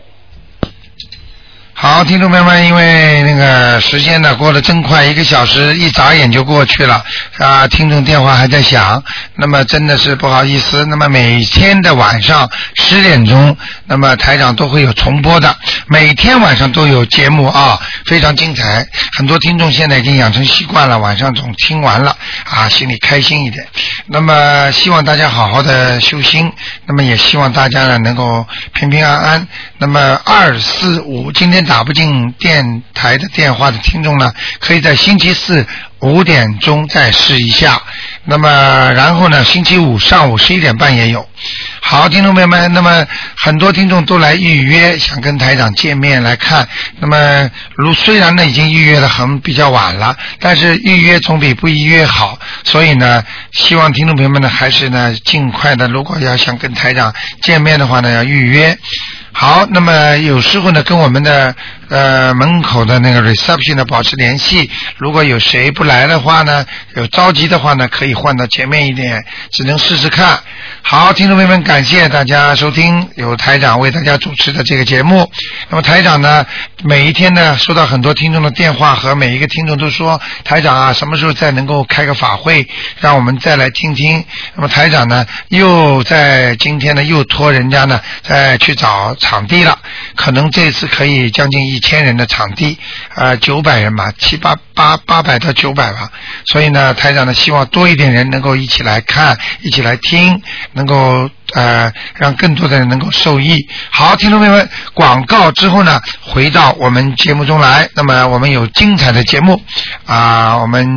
Speaker 1: 好，听众朋友们，因为那个时间呢过得真快，一个小时一眨眼就过去了啊！听众电话还在响，那么真的是不好意思。那么每天的晚上十点钟，那么台长都会有重播的，每天晚上都有节目啊，非常精彩。很多听众现在已经养成习惯了，晚上总听完了啊，心里开心一点。那么希望大家好好的修心，那么也希望大家呢能够平平安安。那么二四五今天打不进电台的电话的听众呢，可以在星期四五点钟再试一下。那么然后呢，星期五上午十一点半也有。好，听众朋友们，那么很多听众都来预约，想跟台长见面来看。那么如虽然呢已经预约的很比较晚了，但是预约总比不预约好。所以呢，希望听众朋友们呢还是呢尽快的，如果要想跟台长见面的话呢，要预约。好，那么有时候呢，跟我们的呃门口的那个 reception 呢保持联系。如果有谁不来的话呢，有着急的话呢，可以换到前面一点，只能试试看。好，听众朋友们，感谢大家收听由台长为大家主持的这个节目。那么台长呢，每一天呢收到很多听众的电话和每一个听众都说，台长啊，什么时候再能够开个法会，让我们再来听听。那么台长呢，又在今天呢又托人家呢再去找场地了，可能这次可以将近一千人的场地，啊九百人吧，七八八八百到九百吧。所以呢，台长呢希望多一点人能够一起来看，一起来听，能够呃让更多的人能够受益。好，听众朋友们，广告之后呢，回到我们节目中来，那么我们有精彩的节目啊、我们。